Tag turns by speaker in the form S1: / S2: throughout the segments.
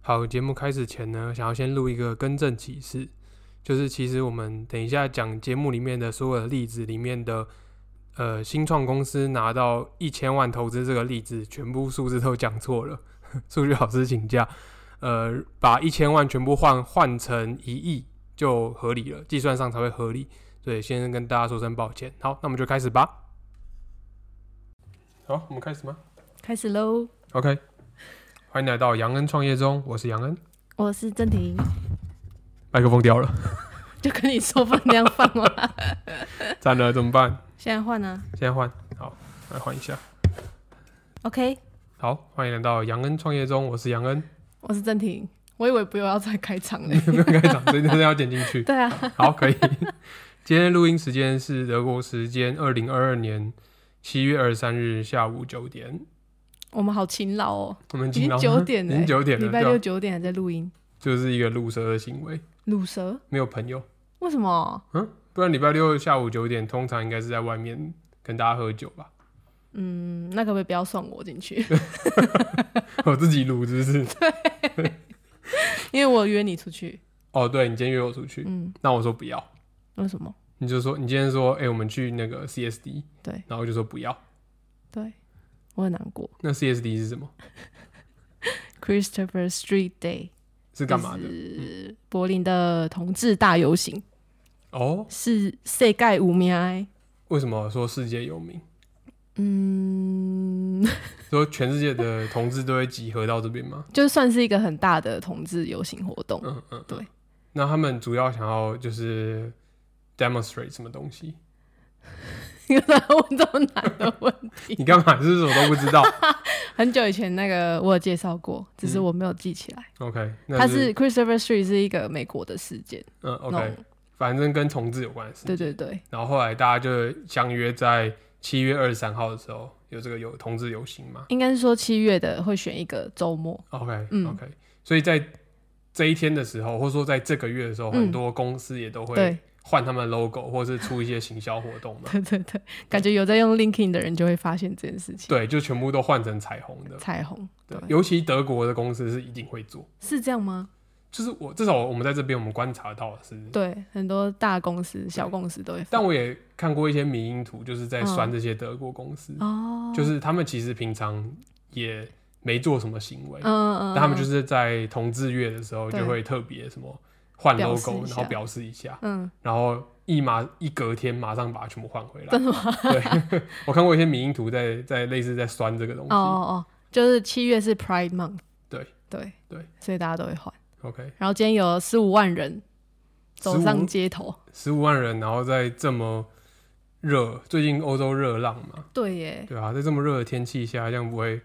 S1: 好，节目开始前呢，想要先录一个更正启事，就是其实我们等一下讲节目里面的所有的例子里面的，呃，新创公司拿到一千万投资这个例子，全部数字都讲错了， 数学老师请假。呃，把一千万全部换换成一亿就合理了，计算上才会合理。对，先跟大家说声抱歉。好，那我们就开始吧。好，我们开始吗
S2: 开始喽！
S1: ？OK，欢迎来到杨恩创业中，我是杨恩。
S2: 我是郑婷，
S1: 麦克风掉了，
S2: 就跟你说不能那样放嘛。
S1: 惨了，怎么办？
S2: 现在换啊
S1: 现在换，好，来换一下。
S2: ，OK，
S1: 好，欢迎来到杨恩创业中，我是杨恩。
S2: 我是郑婷。我以为不用要再开场嘞。
S1: 有没有开场？所以真的要剪进去。
S2: 对啊，
S1: 好，可以。 今天录音时间是德国时间二零二二年七月二十三日下午九点。
S2: 我们好勤劳哦，
S1: 我们
S2: 已
S1: 经
S2: 经九点
S1: 已
S2: 了，
S1: 经九点了，
S2: 礼拜
S1: 对啊
S2: 六九点还在录音。
S1: 就是一个录蛇的行为，
S2: 卤蛇？
S1: 没有朋友。
S2: 为什么？
S1: 不然礼拜六下午九点，通常应该是在外面跟大家喝酒吧。
S2: 嗯，那可不可以不要送我进去？
S1: 我自己录，是不是？
S2: 因为我约你出去。
S1: 哦，对你今天约我出去，
S2: 嗯，
S1: 那我说不要，
S2: 为什么？
S1: 你就说你今天说，哎、我们去那个 CSD，
S2: 对
S1: 然后我就说不要。
S2: 对，我很难过。
S1: 那 CSD 是什么？
S2: Christopher Street Day
S1: 是干嘛的？
S2: 是柏林的同志大游行，
S1: 哦，
S2: 是世界无名的。
S1: 为什么说世界有名？
S2: 嗯，
S1: 说全世界的同志都会集合到这边吗？
S2: 就算是一个很大的同志游行活 动，
S1: 嗯嗯，
S2: 哦对。
S1: 那他们主要想要就是 demonstrate 什么东西？
S2: 你为啥问这么难的问题？
S1: 你干嘛？是不是我都不 知道
S2: 很久以前那个我有介绍
S1: 嗯
S2: 过，只是我没有记起来。
S1: ？OK，
S2: 它
S1: 那
S2: 是 Christopher Street 是一个美国的事件
S1: 嗯
S2: 那
S1: OK，
S2: 种
S1: 反正跟同志有关的事。
S2: 对对对，
S1: 然后后来大家就相约在七月二十三号的时候有这个游同志游行嘛。
S2: 应该是说七月的会选一个周末，
S1: OK、
S2: 嗯
S1: OK，所以在这一天的时候，或者说在这个月的时候，
S2: 嗯
S1: 很多公司也都会
S2: 对
S1: 换他们的 logo，或是出一些行销活动嘛。
S2: 对对对，感觉有在用 LinkedIn 的人就会发现这件事情。
S1: 对，就全部都换成彩虹的。
S2: 彩虹，
S1: 对
S2: 对，，
S1: 尤其德国的公司是一定会做。
S2: 是这样吗？
S1: 就是我至少我们在这边我们观察到的是，
S2: 对，很多大公司、小公司都会放。
S1: 但我也看过一些迷因图，就是在酸
S2: 嗯
S1: 这些德国公司，
S2: 哦，
S1: 就是他们其实平常也没做什么行为，
S2: 嗯嗯嗯，
S1: 但他们就是是在同志月的时候
S2: 对
S1: 就会特别什么换
S2: 表示
S1: logo，然
S2: 一下
S1: 后表示一下，
S2: 嗯，
S1: 然后一马一隔天马上把它全部换回来。真的吗？对， 我看过一些迷因图在在类似在酸这个东西。
S2: 哦哦哦，就是七月是 Pride Month，
S1: 对
S2: 对
S1: 对，
S2: 所以大家都会换。
S1: OK，
S2: 然后今天有十五万人走上街头，
S1: 十五万人，然后在这么热，最近欧洲热浪嘛，
S2: 对耶，
S1: 对啊，在这么热的天气下，这样不会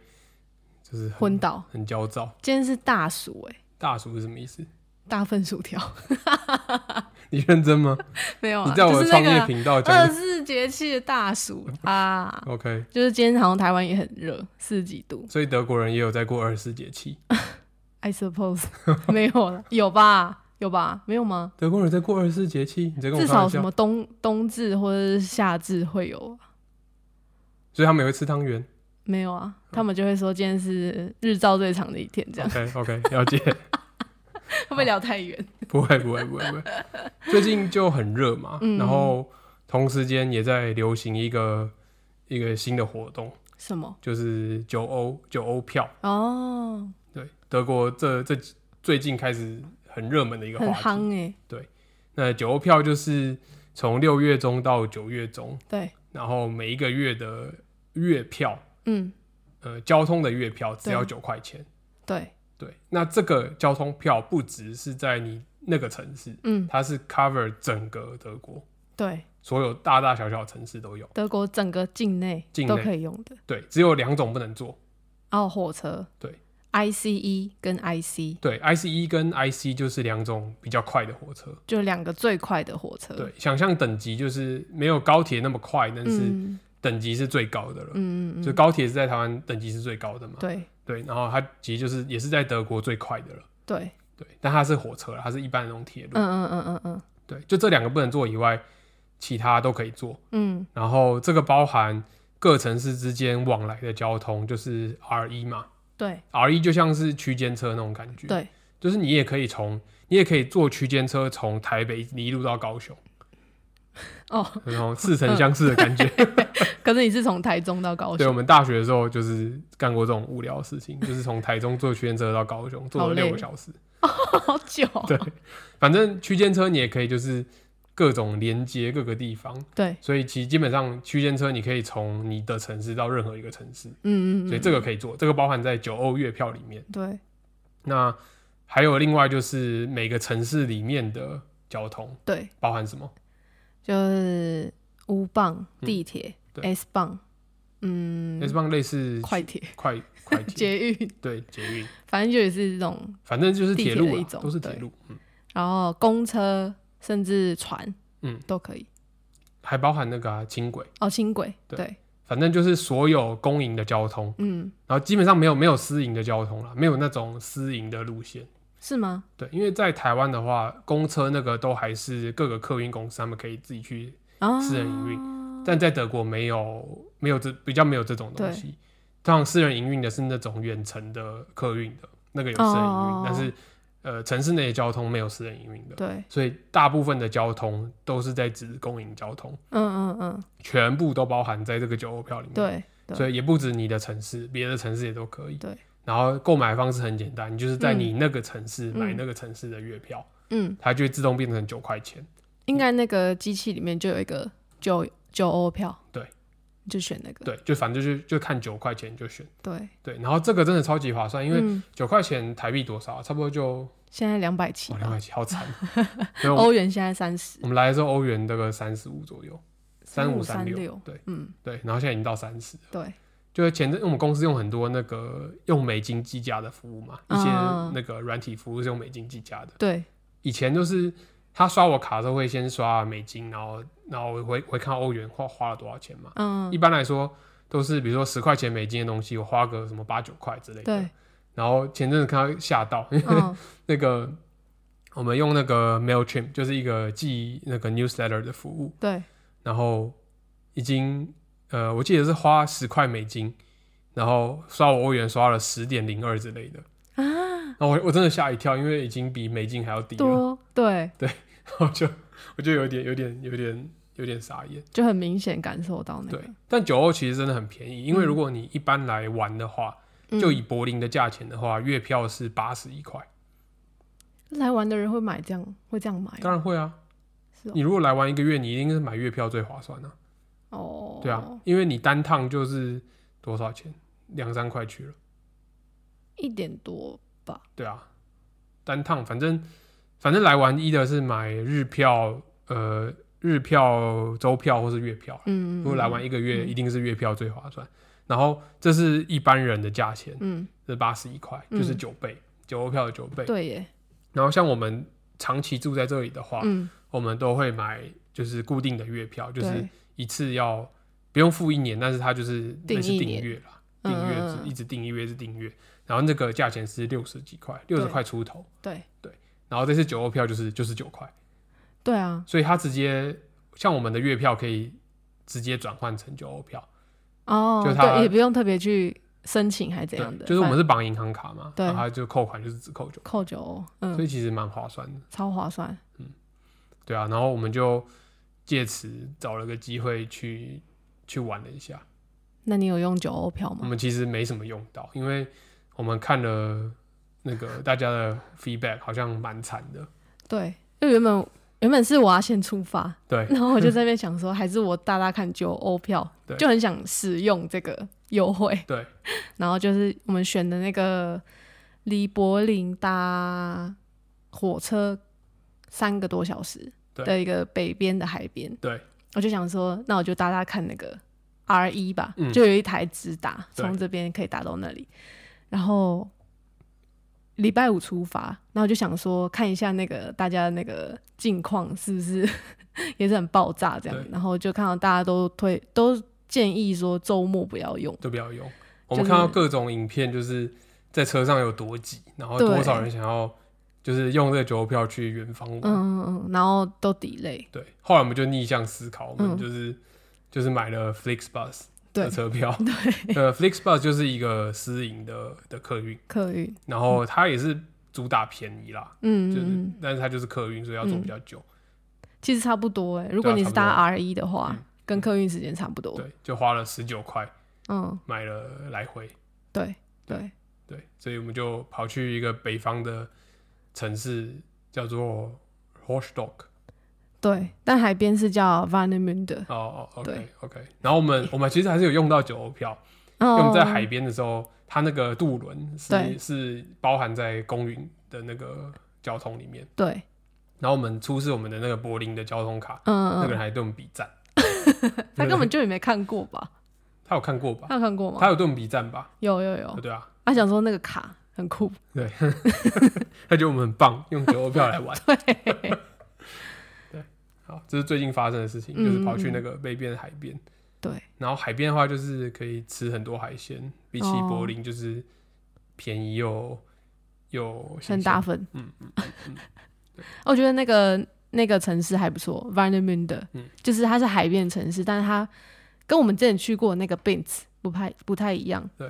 S1: 就是很
S2: 昏倒。
S1: 很焦躁。
S2: 今天是大暑哎，
S1: 大暑是什么意思？
S2: 大份薯条
S1: 你认真吗？
S2: 没有
S1: 你
S2: 啊，
S1: 在我
S2: 就是那
S1: 创业
S2: 个
S1: 频道讲、
S2: 二十四节气的大暑啊，
S1: OK，
S2: 就是今天好像台湾也很热，四十几度
S1: 所以德国人也有在过二十四节气。
S2: ，I suppose 没有了，有吧？有吧？没有吗？
S1: 德国人在过二十四节气，你在跟我
S2: 至
S1: 开玩
S2: 少
S1: 笑
S2: 什？么冬冬至或者是夏至会有啊，
S1: 所以他们也会吃汤圆。
S2: 没有啊？
S1: 嗯
S2: 他们就会说今天是日照最长的一天，这样
S1: OK OK，了解。
S2: 会不会聊太远？
S1: 不会不会不 会不会。最近就很热嘛，
S2: 嗯
S1: 然后同时间也在流行一个一个新的活动，
S2: 什么？
S1: 就是九欧九欧票。
S2: 哦，
S1: 对，德国这这最近开始很热门的一个话
S2: 很
S1: 题。
S2: 夯哎，
S1: 那九欧票就是从六月中到九月中，
S2: 对，
S1: 然后每一个月的月票，
S2: 嗯，
S1: 呃，交通的月票只要
S2: 对
S1: 九块钱。
S2: 对，
S1: 对，那这个交通票不只是在你那个城市，
S2: 嗯，
S1: 它是 cover 整个德国，
S2: 对，
S1: 所有大大小小的城市都有。
S2: 德国整个境内
S1: 境内
S2: 都可以用的。
S1: 对，只有两种不能做。
S2: 哦，火车，
S1: 对
S2: ，ICE 跟 IC
S1: 对，ICE 跟 IC 就是两种比较快的火车。
S2: 就两个最快的火车。，
S1: 对，想象等级就是没有高铁那么快，但是
S2: 嗯
S1: 等级是最高的了。
S2: 嗯嗯
S1: 就
S2: 嗯，
S1: 高铁是在台湾等级是最高的嘛？
S2: 对
S1: 对，然后它其实就是也是在德国最快的了。
S2: 对，
S1: 对，但它是火车啦，它是一般的那种铁路。
S2: 嗯嗯嗯嗯嗯
S1: 对，就这两个不能做以外，其他都可以做。
S2: 嗯，
S1: 然后这个包含各城市之间往来的交通，就是 R E 一嘛，
S2: 对
S1: R E 一就像是区间车那种感觉，
S2: 对，
S1: 就是你也可以从你也可以坐区间车从台北一路到高雄，
S2: 哦，
S1: 然后似曾相识的感觉。
S2: 嗯可是你是从台中到高
S1: 对，我
S2: 雄，
S1: 们大学的时候就是干过这种无聊的事情，就是从台中坐区间车到高雄，坐
S2: 好
S1: 了
S2: 累
S1: 六个小时。
S2: 好久哦，
S1: 对反正区间车你也可以就是各种连接各个地方，
S2: 对，
S1: 所以其实基本上区间车你可以从你的城市到任何一个城市，
S2: 嗯嗯嗯，
S1: 所以这个可以做，这个包含在九欧月票里面。
S2: 对
S1: 那还有另外就是每个城市里面的交通
S2: 对，
S1: 包含什么？
S2: 就是乌棒、地铁、
S1: 嗯对
S2: S 棒，嗯
S1: 那是帮类似
S2: 快铁、
S1: 快快捷
S2: 捷运，
S1: 对捷运，
S2: 反正就也是这种，
S1: 反正就是
S2: 地
S1: 铁
S2: 铁的
S1: 路
S2: 一
S1: 啦，
S2: 种
S1: 都是铁
S2: 对
S1: 路，嗯，
S2: 然后公车甚至船，
S1: 嗯，
S2: 都可以。
S1: 还包含那个啊轻轨。
S2: 哦，轻轨，
S1: 对
S2: 对，
S1: 反正就是所有公营的交通，
S2: 嗯，
S1: 然后基本上没有没有私营的交通啦，没有那种私营的路线。
S2: 是吗？
S1: 对，因为在台湾的话，公车那个都还是各个客运公司他们可以自己去，
S2: 啊，
S1: 私人营但在德国没有没有这比较没有这种东
S2: 对
S1: 西。通常私人营运的是那种远程的客运的，那个有私人营运，
S2: 哦
S1: 但是呃城市内的交通没有私人营运的，
S2: 对，
S1: 所以大部分的交通都是在指公营交通，
S2: 嗯嗯嗯，
S1: 全部都包含在这个九欧票里面。
S2: 对对
S1: 所以也不止你的城市，别的城市也都可以。
S2: 对。
S1: 然后购买方式很简单，你就是在
S2: 嗯
S1: 你那个城市买
S2: 嗯
S1: 那个城市的月票，
S2: 嗯，
S1: 它就会自动变成九块钱。
S2: 应该那个机器里面就有一个九九欧票，
S1: 对，
S2: 你就选那个，
S1: 对，就反正就就看九块钱就选。
S2: 对，
S1: 对，然后这个真的超级划算，因为
S2: 嗯、
S1: 九块钱台币多少啊？差不多就
S2: 现在两百七
S1: 哇哦两，百七，好 惨。所以我
S2: 欧元现在三十，
S1: 我们来的时候欧元大概三十五左右，三
S2: 五
S1: 三
S2: 六，
S1: 对
S2: 嗯，
S1: 对，然后现在已经到三十。
S2: 对，
S1: 就是前阵因为我们公司用很多那个用美金计价的服务嘛，一些
S2: 嗯
S1: 那个软体服务是用美金计价的。
S2: 对，
S1: 以前就是他刷我卡的时候会先刷美金，然后然后我会会看欧元花花了多少钱嘛。
S2: 嗯
S1: 一，般来说都是比如说十块钱美金的东西，我花个什么八九块之类的
S2: 对。，
S1: 然后前阵子看到吓到，因为
S2: 嗯，
S1: 那个我们用那个 Mailchimp 就是一个寄那个 newsletter 的服务，
S2: 对，
S1: 然后已经呃我记得是花十块美金，然后刷我欧元刷了十点零二之类的。
S2: 啊，
S1: 然后我我真的吓一跳，因为已经比美金还要低了。
S2: 多，对，
S1: 我就我就有点有点有点有点傻眼。
S2: 就很明显感受到那
S1: 对
S2: 个，，
S1: 但九欧其实真的很便宜，因为
S2: 嗯
S1: 如果你一般来玩的话，
S2: 嗯
S1: 就以柏林的价钱的话，月票是八十一块。
S2: 来玩的人会买这样，会这样买
S1: 当然会啊，
S2: 哎是哦
S1: 你如果来玩一个月，你一定是买月票最划算啊。
S2: 哦，
S1: 对啊，，因为你单趟就是多少钱，两三块去了。
S2: 一点多吧，
S1: 对啊，单趟反正反正来玩一的是买日票，呃，日票、周票或是月票啊。
S2: 嗯，
S1: 如果来玩一个月，
S2: 嗯
S1: 一定是月票最划算。然后这是一般人的价钱，
S2: 嗯，
S1: 是八十一块，
S2: 嗯
S1: 就是九倍，九欧票的九倍。
S2: 对耶，
S1: 然后像我们长期住在这里的话，
S2: 嗯，
S1: 我们都会买就是固定的月票，就是
S2: 对，
S1: 一次要不用付一年，但是它就是
S2: 订
S1: 类似
S2: 一
S1: 订
S2: 年
S1: 阅啦，订
S2: 嗯
S1: 阅
S2: 嗯
S1: 制
S2: 嗯
S1: 一直订一月是订阅，然后那个价钱是六十几块，六十
S2: 对
S1: 块出头。
S2: 对
S1: 然后这次九欧票就是就是九块，
S2: 对啊，
S1: 所以它直接像我们的月票可以直接转换成九欧票。
S2: 哦，
S1: 就他
S2: 对，也不用特别去申请还怎
S1: 对，
S2: 样的，
S1: 就是我们
S2: 反
S1: 是绑银行卡嘛，
S2: 对
S1: 然后它就扣款就是只扣九，
S2: 扣九欧，
S1: 所
S2: 嗯，
S1: 以其实蛮划算的，
S2: 超划算，
S1: 对啊。然后我们就借此找了个机会去去玩了一下，
S2: 那你有用九欧票
S1: 我
S2: 吗？
S1: 们其实没什么用到，因为我们看了那个大家的 feedback 好像蛮惨的，
S2: 对，因为原本原本是我要先出发，
S1: 对
S2: 然后我就在那边想说，还是我大大看九欧票
S1: 对，
S2: 就很想使用这个优惠。
S1: 对，
S2: 然后就是我们选的那个离柏林搭火车三个多小时
S1: 对
S2: 的一个北边的海边，
S1: 对，
S2: 我就想说，那我就搭搭看那个 R 一吧，
S1: 嗯
S2: 就有一台直达，
S1: 对
S2: 从这边可以打到那里，然后。礼拜五出发，然后就想说看一下那个大家那个近况是不是 也是很爆炸这样
S1: 对，
S2: 然后就看到大家都推都建议说周末不要用，
S1: 都比较用。我们看到各种影片，就是在车上有多挤，然后多
S2: 对
S1: 少人想要就是用这个九欧票去远方玩，
S2: 嗯嗯嗯，然后都 delay，
S1: 对。后来我们就逆向思考，我们
S2: 嗯
S1: 就是、就是买了 Flixbus。的车票。
S2: 对，
S1: 呃，Flixbus 就是一个私营的的客运，
S2: 客运，
S1: 然后它也是主打便宜啦，
S2: 嗯，
S1: 就是
S2: 嗯嗯
S1: 但是它就是客运，所以要坐比较久，
S2: 其实差不多哎、如果你是
S1: 啊差不多
S2: 搭 R E 一的话，
S1: 嗯
S2: 跟客运时间差不多。
S1: 对，就花了十九块
S2: 嗯，
S1: 买了来回，
S2: 对对，
S1: 对，所以我们就跑去一个北方的城市，叫做 Rostock。
S2: 对，但海边是叫 v a n e m u n d
S1: 哦哦，OK
S2: 对
S1: OK。然后我 们我们其实还是有用到九欧票，因为我
S2: 哦，
S1: 们在海边的时候，它那个渡轮
S2: 对
S1: 是是包含在公云的那个交通里面。
S2: 对，
S1: 然后我们出示我们的那个柏林的交通卡，那
S2: 嗯
S1: 个人
S2: 嗯，
S1: 还对我们比 赞，
S2: 他根本就也没看过吧？
S1: 他有看过吧？
S2: 他有看过吗？
S1: 他有对我们比赞吧？
S2: 有有
S1: 哦
S2: 有，
S1: 对啊，
S2: 他想说那个卡很酷，
S1: 他觉得我们很棒，用九欧票来玩。
S2: 对，
S1: 好，这是最近发生的事情，就是跑去那个北边的海边。
S2: 嗯对，
S1: 然后海边的话，就是可以吃很多海鲜，比起
S2: 哦
S1: 柏林就是便宜又又新鲜
S2: 很大分。
S1: 嗯嗯嗯
S2: 我觉得那个那个城市还不错 v a n e m u n d
S1: 嗯
S2: 就是它是海边城市，但是它跟我们之前去过的那个 Binz 不太不太一样。
S1: 对，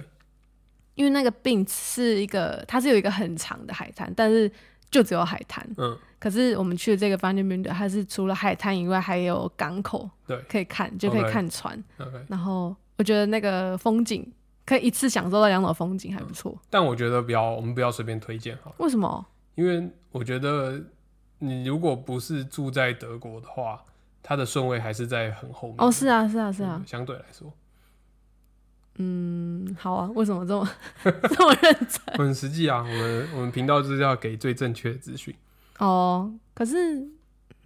S2: 因为那个 Binz 是一个，它是有一个很长的海滩，但是就只有海滩。
S1: 嗯，
S2: 可是我们去的这个 v a n e m u n d 它是除了海滩以外，还有港口，
S1: 对
S2: 可以看就可以
S1: OK
S2: 看船。
S1: OK，
S2: 然后我觉得那个风景可以一次享受到两种风景，还不错。
S1: 但我觉得不要，我们不要随便推荐好了，
S2: 为什么？
S1: 因为我觉得你如果不是住在德国的话，它的顺位还是在很后面的。
S2: 哦，是啊，是啊，是啊。
S1: 嗯相对来说，
S2: 嗯，好啊，为什么这么 这么认真？
S1: 很实际啊。我们我们频道就是要给最正确的资讯。
S2: 哦，可是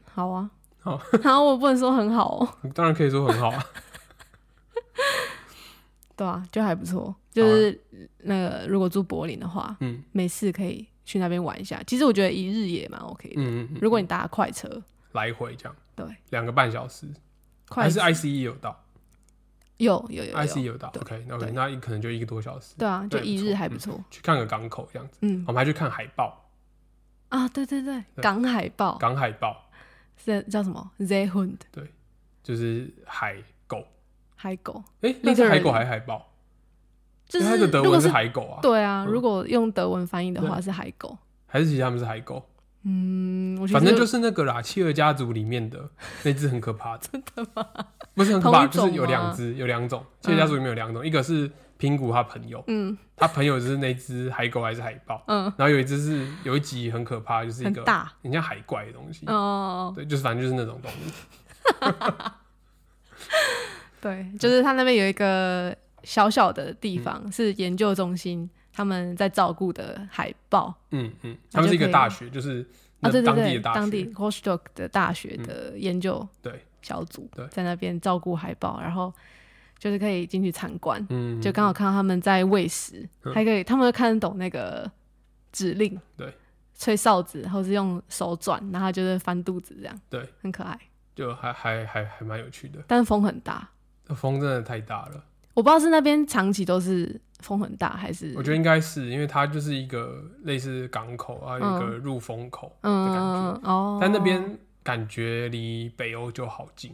S2: 好啊，
S1: 好，
S2: 然后我不能说很好哦，
S1: 当然可以说很好啊，
S2: 对啊，就还不错，
S1: 啊
S2: 就是、那个如果住柏林的话，
S1: 嗯
S2: 没事可以去那边玩一下。其实我觉得一日也蛮 OK 的，
S1: 嗯嗯嗯，
S2: 如果你搭快车，
S1: 来回这样
S2: 对，
S1: 两个半小时，
S2: 快
S1: 还是
S2: 车
S1: ICE 有到
S2: 有有有有
S1: ，ICE 有到
S2: 对
S1: ，OK OK，
S2: 对
S1: 那一可能就一个多小时，
S2: 对啊，就
S1: 对
S2: 一
S1: 不
S2: 日
S1: 错
S2: 还
S1: 嗯
S2: 不错，
S1: 去看个港口这样子。
S2: 嗯
S1: 我们还去看海豹，
S2: 啊，对对对，
S1: 对
S2: 港海豹
S1: 港海豹
S2: 是叫什么 Zehund
S1: 就是海狗，
S2: 海狗，
S1: 哎，那是
S2: Literally
S1: 海狗还是海豹？
S2: 就
S1: 因为
S2: 是
S1: 它的德
S2: 如果
S1: 文是
S2: 是
S1: 海狗啊，
S2: 对
S1: 嗯
S2: 啊，如果用德文翻译的话
S1: 对
S2: 是海狗，
S1: 还是其实他们是海狗？
S2: 嗯，我觉得
S1: 反正就是是那个啦，企鹅家族里面 的那只很可怕的，
S2: 真的吗？
S1: 不是很可怕，
S2: 同一种
S1: 就
S2: 吗
S1: 是有两只，有两种。企鹅家族里面有两种，一个是平谷他朋友，
S2: 嗯
S1: 他朋友就是那只海狗还是海豹，
S2: 嗯，
S1: 然后有一只是有一集很可怕，就是一
S2: 很
S1: 个嗯
S2: 大
S1: 很像海怪的东西，
S2: 哦，
S1: 对，就是反正就是那种东西。
S2: 对，就是他那边有一个小小的地方、
S1: 嗯
S2: 是研究中心，他们在照顾的海豹
S1: 嗯嗯，他们是一个大学，就是
S2: 啊，
S1: 那
S2: 对对
S1: 当地
S2: 对，
S1: 的大
S2: 当地
S1: 学，嗯
S2: h o s t o k 的大学的研究
S1: 对
S2: 小组、
S1: 对
S2: 在那边照顾海豹，然后就是可以进去参观，
S1: 嗯，
S2: 就刚好看到他们在喂食，
S1: 嗯
S2: 还可以他们会看得懂那个指令，
S1: 对，
S2: 吹哨子或是用手转，然后就是翻肚子这样，
S1: 对，
S2: 很可爱，
S1: 就还还还还蛮有趣的。
S2: 但是风很大。
S1: 风真的太大了，
S2: 我不知道是那边长期都是风很大，还是
S1: 我觉得应该是因为它就是一个类似港口啊，有一个入风口的感觉，
S2: 嗯哦，
S1: 但那边感觉离北欧就好近，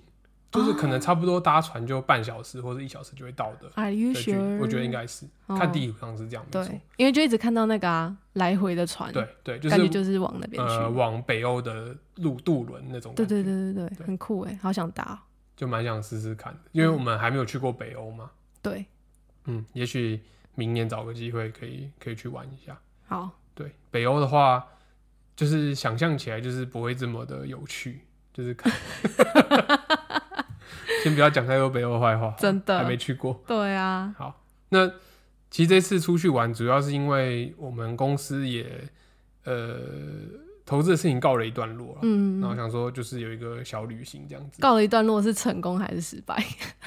S1: 就是可
S2: 哦
S1: 能差不多搭船就半小时或者一小时就会到的。
S2: Are you
S1: 的距离
S2: sure？
S1: 我觉得应该是
S2: 哦
S1: 看地图上是这样，没错
S2: 对。，因为就一直看到那个啊来回的船，
S1: 对对，就
S2: 感觉
S1: 是
S2: 就是往那边去。
S1: 呃往北欧的路渡轮那种
S2: 对
S1: 感觉，
S2: 对对对对，
S1: 对
S2: 很酷哎，好想搭哦。
S1: 就蛮想试试看的，因为
S2: 嗯
S1: 我们还没有去过北欧嘛，
S2: 对，
S1: 嗯，也许明年找个机会可以可以去玩一下。
S2: 好，
S1: 对，北欧的话，就是想象起来就是不会这么的有趣，就是看。 先不要讲太多北欧的坏话，
S2: 真的
S1: 还没去过。
S2: 对啊，
S1: 好，那其实这次出去玩，主要是因为我们公司也呃投资的事情告了一段落了，
S2: 嗯
S1: 然，后想说就是有一个小旅行这样子，
S2: 告了一段落是成功还是失败？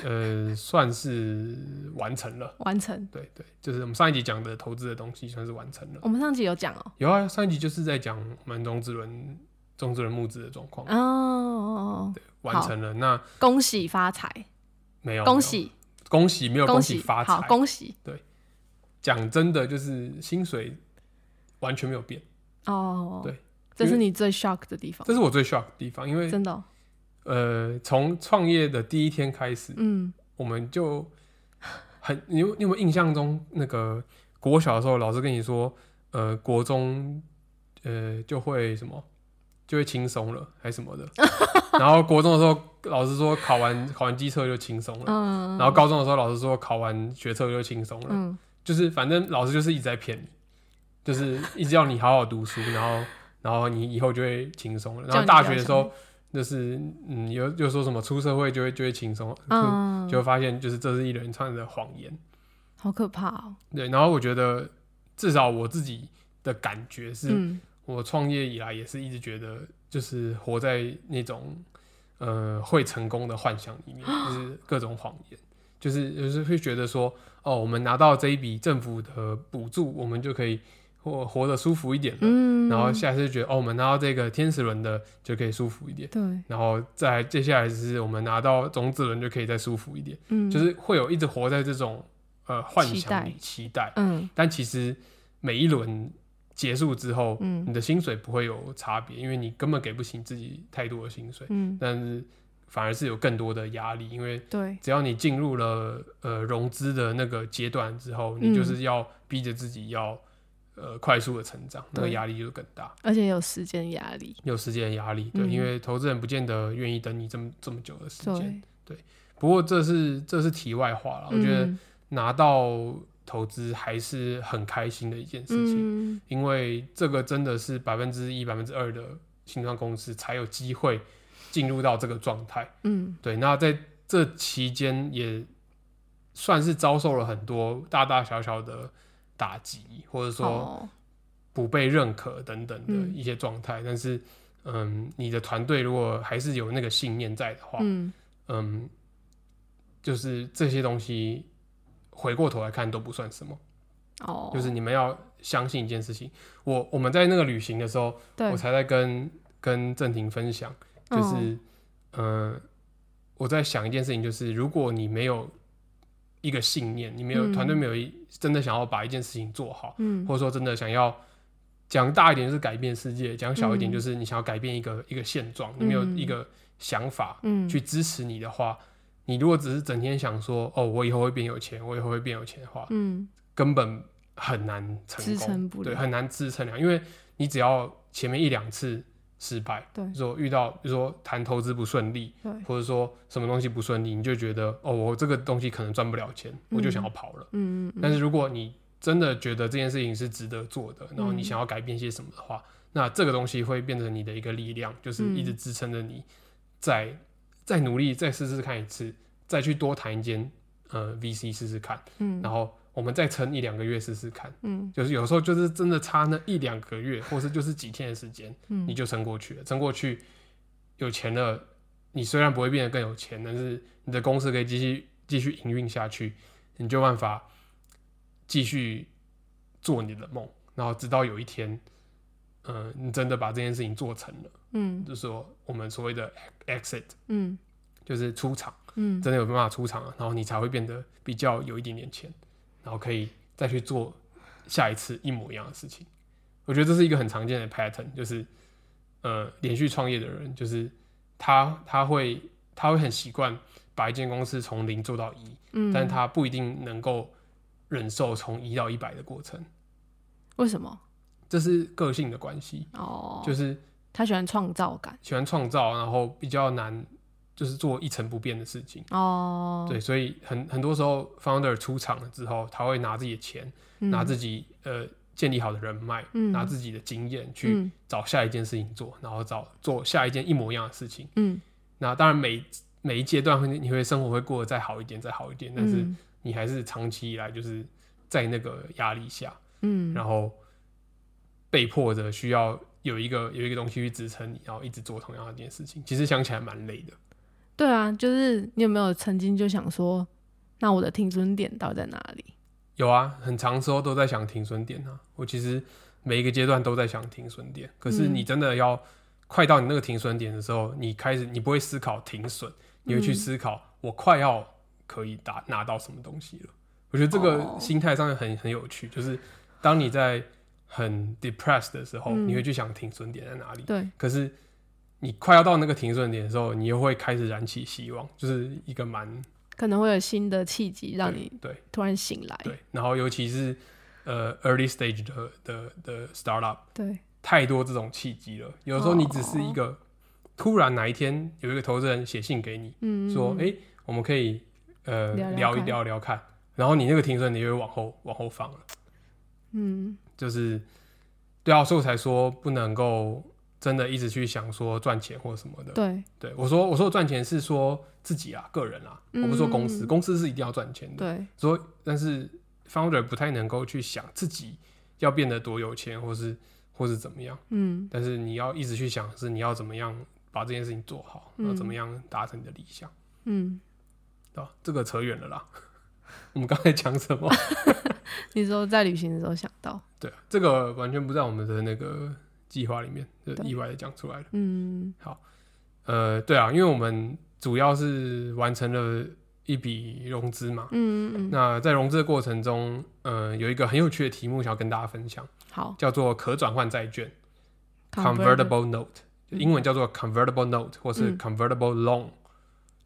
S1: 呃，算是完成了。
S2: 完成。
S1: 对对，就是我们上一集讲的投资的东西算是完成了。
S2: 我们上集有讲哦，
S1: 有啊，上一集就是在讲我们中之轮、中之轮募资的状况，
S2: 哦哦，哦
S1: 完成了。那
S2: 哦恭喜发财，
S1: 没有
S2: 恭喜
S1: 没有恭喜，没有
S2: 恭
S1: 喜发
S2: 好
S1: 财。
S2: 恭喜
S1: 讲真的，就是薪水完全没有变，
S2: 哦。
S1: 对，
S2: 这是
S1: 因为
S2: 你最 shock 的地方
S1: 这，是我最 shock 的地方，因为
S2: 真的哦，
S1: 呃，从创业的第一天开始，
S2: 嗯，
S1: 我们就很，你有你有没有印象中那个国小的时候，老师跟你说，呃，国中呃就会什么，就会轻松了，还是什么的。然后国中的时候，老师说考完考完机测就轻松了。
S2: 嗯，
S1: 然后高中的时候，老师说考完学测就轻松了。
S2: 嗯，
S1: 就是反正老师就是一直在骗你，就是一直要你好好读书，然后然后你以后就会轻松了。然后大学的时候，就是嗯，又又说什么出社会就会就会轻松，
S2: 嗯，
S1: 就发现就是这是一连串的谎言。
S2: 好可怕哦，
S1: 对，然后我觉得至少我自己的感觉是，
S2: 嗯
S1: 我创业以来也是一直觉得就是活在那种呃会成功的幻想 里面，就是各种谎言，就是就是会觉得说哦，我们拿到这一笔政府的补助，我们就可以活活得舒服一点了。
S2: 嗯，
S1: 然后下一次就觉得哦，我们拿到这个天使轮的就可以舒服一点，
S2: 对，
S1: 然后再接下来是我们拿到种子轮就可以再舒服一点，
S2: 嗯，
S1: 就是会有一直活在这种呃幻想里期待，
S2: 嗯
S1: 但其实每一轮结束之后，你
S2: 嗯
S1: 的薪水不会有差别，因为你根本给不起自己太多的薪水，
S2: 嗯，
S1: 但是反而是有更多的压力，因为
S2: 对，
S1: 只要你进入了呃融资的那个阶段之后，
S2: 嗯
S1: 你就是要逼着自己要呃快速的成长，那个
S2: 对
S1: 压力就更大，
S2: 而且有时间压力，
S1: 有时间的压力，对，
S2: 嗯
S1: 因为投资人不见得愿意等你这么这么久的时间。
S2: 对，
S1: 不过这是这是题外话了，我觉得
S2: 嗯
S1: 拿到投资还是很开心的一件事情。
S2: 嗯
S1: 因为这个真的是百分之一、百分之二的新创公司才有机会进入到这个状态。
S2: 嗯
S1: 对，那在这期间也算是遭受了很多大大小小的打击，或者说
S2: 哦
S1: 不被认可等等的
S2: 嗯
S1: 一些状态。但是，嗯，你的团队如果还是有那个信念在的话，
S2: 嗯
S1: 嗯，就是这些东西回过头来看都不算什么。
S2: 哦，
S1: 就是你们要相信一件事情。我我们在那个旅行的时候，
S2: 对嗯
S1: 我，才在跟跟郑婷分享，就是、呃，我在想一件事情，就是如果你没有一个信念，你没有
S2: 嗯
S1: 团队没有一真的想要把一件事情做好，
S2: 嗯
S1: 或者说真的想要。讲大一点就是改变世界，讲小一点
S2: 嗯
S1: 就是你想要改变一个、一个现状，你没有
S2: 嗯
S1: 一个想法
S2: 嗯
S1: 去支持你的话，你如果只是整天想说哦，我以后会变有钱，我以后会变有钱的话，
S2: 嗯
S1: 根本很难成功，
S2: 支撑不了
S1: 对，很难支撑了，因为你只要前面一两次失败，
S2: 对
S1: 说遇到比如说谈投资不顺利，
S2: 对，
S1: 或者说什么东西不顺利，你就觉得哦，我这个东西可能赚不了钱，我就想要跑了。
S2: 嗯嗯嗯，
S1: 但是如果你真的觉得这件事情是值得做的，然后你想要改变些什么的
S2: 嗯
S1: 话，那这个东西会变成你的一个力量，就是一直支撑着你再，再努力，再试试看一次，再去多谈一间呃 VC 试试看。
S2: 嗯
S1: 然后我们再撑一两个月试试看，
S2: 嗯
S1: 就是有时候就是真的差那一两个月，或是就是几天的时间，
S2: 嗯，
S1: 你就撑过去了。撑过去，有钱了，你虽然不会变得更有钱，但是你的公司可以继续继续营运下去，你就有办法继续做你的梦，然后直到有一天，嗯、你真的把这件事情做成了，
S2: 嗯
S1: 就是说我们所谓的 exit，
S2: 嗯
S1: 就是出场。
S2: 嗯，
S1: 真的有办法出场了，然后你才会变得比较有一点点钱，然后可以再去做下一次一模一样的事情。我觉得这是一个很常见的 pattern，就是呃，连续创业的人，就是他他会他会很习惯把一间公司从零做到一，
S2: 嗯，
S1: 但他不一定能够忍受从一到一百的过程，
S2: 为什么？
S1: 这是个性的关系，
S2: 哦，
S1: 就是
S2: 他喜欢创造感
S1: 喜欢创造，然后比较难就是做一成不变的事情。
S2: 哦，
S1: 对，所以很很多时候，founder 出场了之后，他会拿自己的钱，
S2: 嗯，
S1: 拿自己呃建立好的人脉，
S2: 嗯
S1: 拿自己的经验去
S2: 嗯
S1: 找下一件事情做，然后找做下一件一模一样的事情。
S2: 嗯，
S1: 那当然每每一阶段会你会生活会过得再好一点，再好一点，但是
S2: 嗯
S1: 你还是长期以来就是在那个压力下，
S2: 嗯，
S1: 然后被迫着需要有一个有一个东西去支撑你，然后一直做同样的一件事情。其实想起来蛮累的。
S2: 对啊，就是你有没有曾经就想说，那我的停损点到底在哪里？
S1: 有啊，很长时候都在想停损点啊。我其实每一个阶段都在想停损点，可是
S2: 嗯
S1: 你真的要快到你那个停损点的时候，你开始你不会思考停损，你会去
S2: 嗯
S1: 思考我快要可以达拿到什么东西了。我觉得这个
S2: 哦
S1: 心态上面很很有趣，就是当你在很 depressed 的时候，
S2: 嗯
S1: 你会去想停损点在哪里。
S2: 对，
S1: 可是你快要到那个停损点的时候，你又会开始燃起希望，就是一个蛮
S2: 可能会有新的契机让
S1: 对
S2: 你
S1: 对
S2: 突然醒来。
S1: 对，然后尤其是呃 early stage 的的的 startup，
S2: 对
S1: 太多这种契机了。有时候你只
S2: 哦
S1: 是一个、突然哪一天有一个投资人写信给你
S2: 嗯，
S1: 说，
S2: 嗯
S1: 哎、我们可以呃聊
S2: 聊聊
S1: 一
S2: 看
S1: 聊聊看，然后你那个停损你就会往后往后放了，
S2: 嗯，
S1: 就是对啊，所以我才说不能够真的一直去想说赚钱或什么的。
S2: 对
S1: 对，我说我说赚钱是说自己啊，个人啊，我不是说公司，
S2: 嗯
S1: 公司是一定要赚钱的。
S2: 对，
S1: 所以，但是 founder 不太能够去想自己要变得多有钱，或是或是怎么样。
S2: 嗯
S1: 但是你要一直去想，是你要怎么样把这件事情做好，
S2: 嗯
S1: 然后怎么样达成你的理想，
S2: 嗯，
S1: 对吧？这个扯远了啦。 我们刚才讲什 么？
S2: 你说在旅行的时候想到，
S1: 对，啊这个完全不在我们的那个计划里面，就
S2: 对
S1: 意外的讲出来了。
S2: 嗯
S1: 呃，对啊，因为我们主要是完成了一笔融资嘛，
S2: 嗯嗯，
S1: 那在融资的过程中，呃，有一个很有趣的题目想要跟大家分享，
S2: 好
S1: 叫做可转换债券
S2: convertible
S1: （convertible note），就英文叫做 convertible note 或是
S2: 嗯
S1: convertible loan，、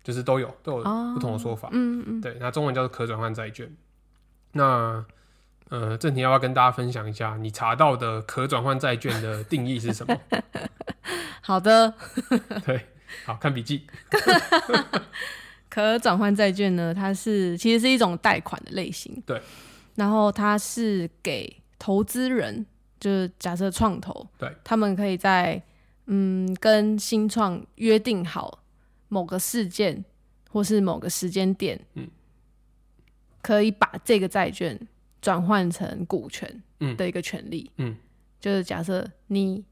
S1: 就是都有都有
S2: 哦
S1: 不同的说法。
S2: 嗯嗯，
S1: 对，那中文叫做可转换债券。那呃，正廷要不要跟大家分享一下你查到的可转换债券的定义是什 么？
S2: 好的，
S1: 对，好看笔记。
S2: 可转换债券呢，它是其实是一种贷款的类型。
S1: 对。
S2: 然后它是给投资人，就是假设创投，
S1: 对，
S2: 他们可以在嗯跟新创约定好某个事件或是某个时间点，
S1: 嗯，
S2: 可以把这个债券转换成股权
S1: 嗯
S2: 的一个权利。
S1: 嗯
S2: 就是假设你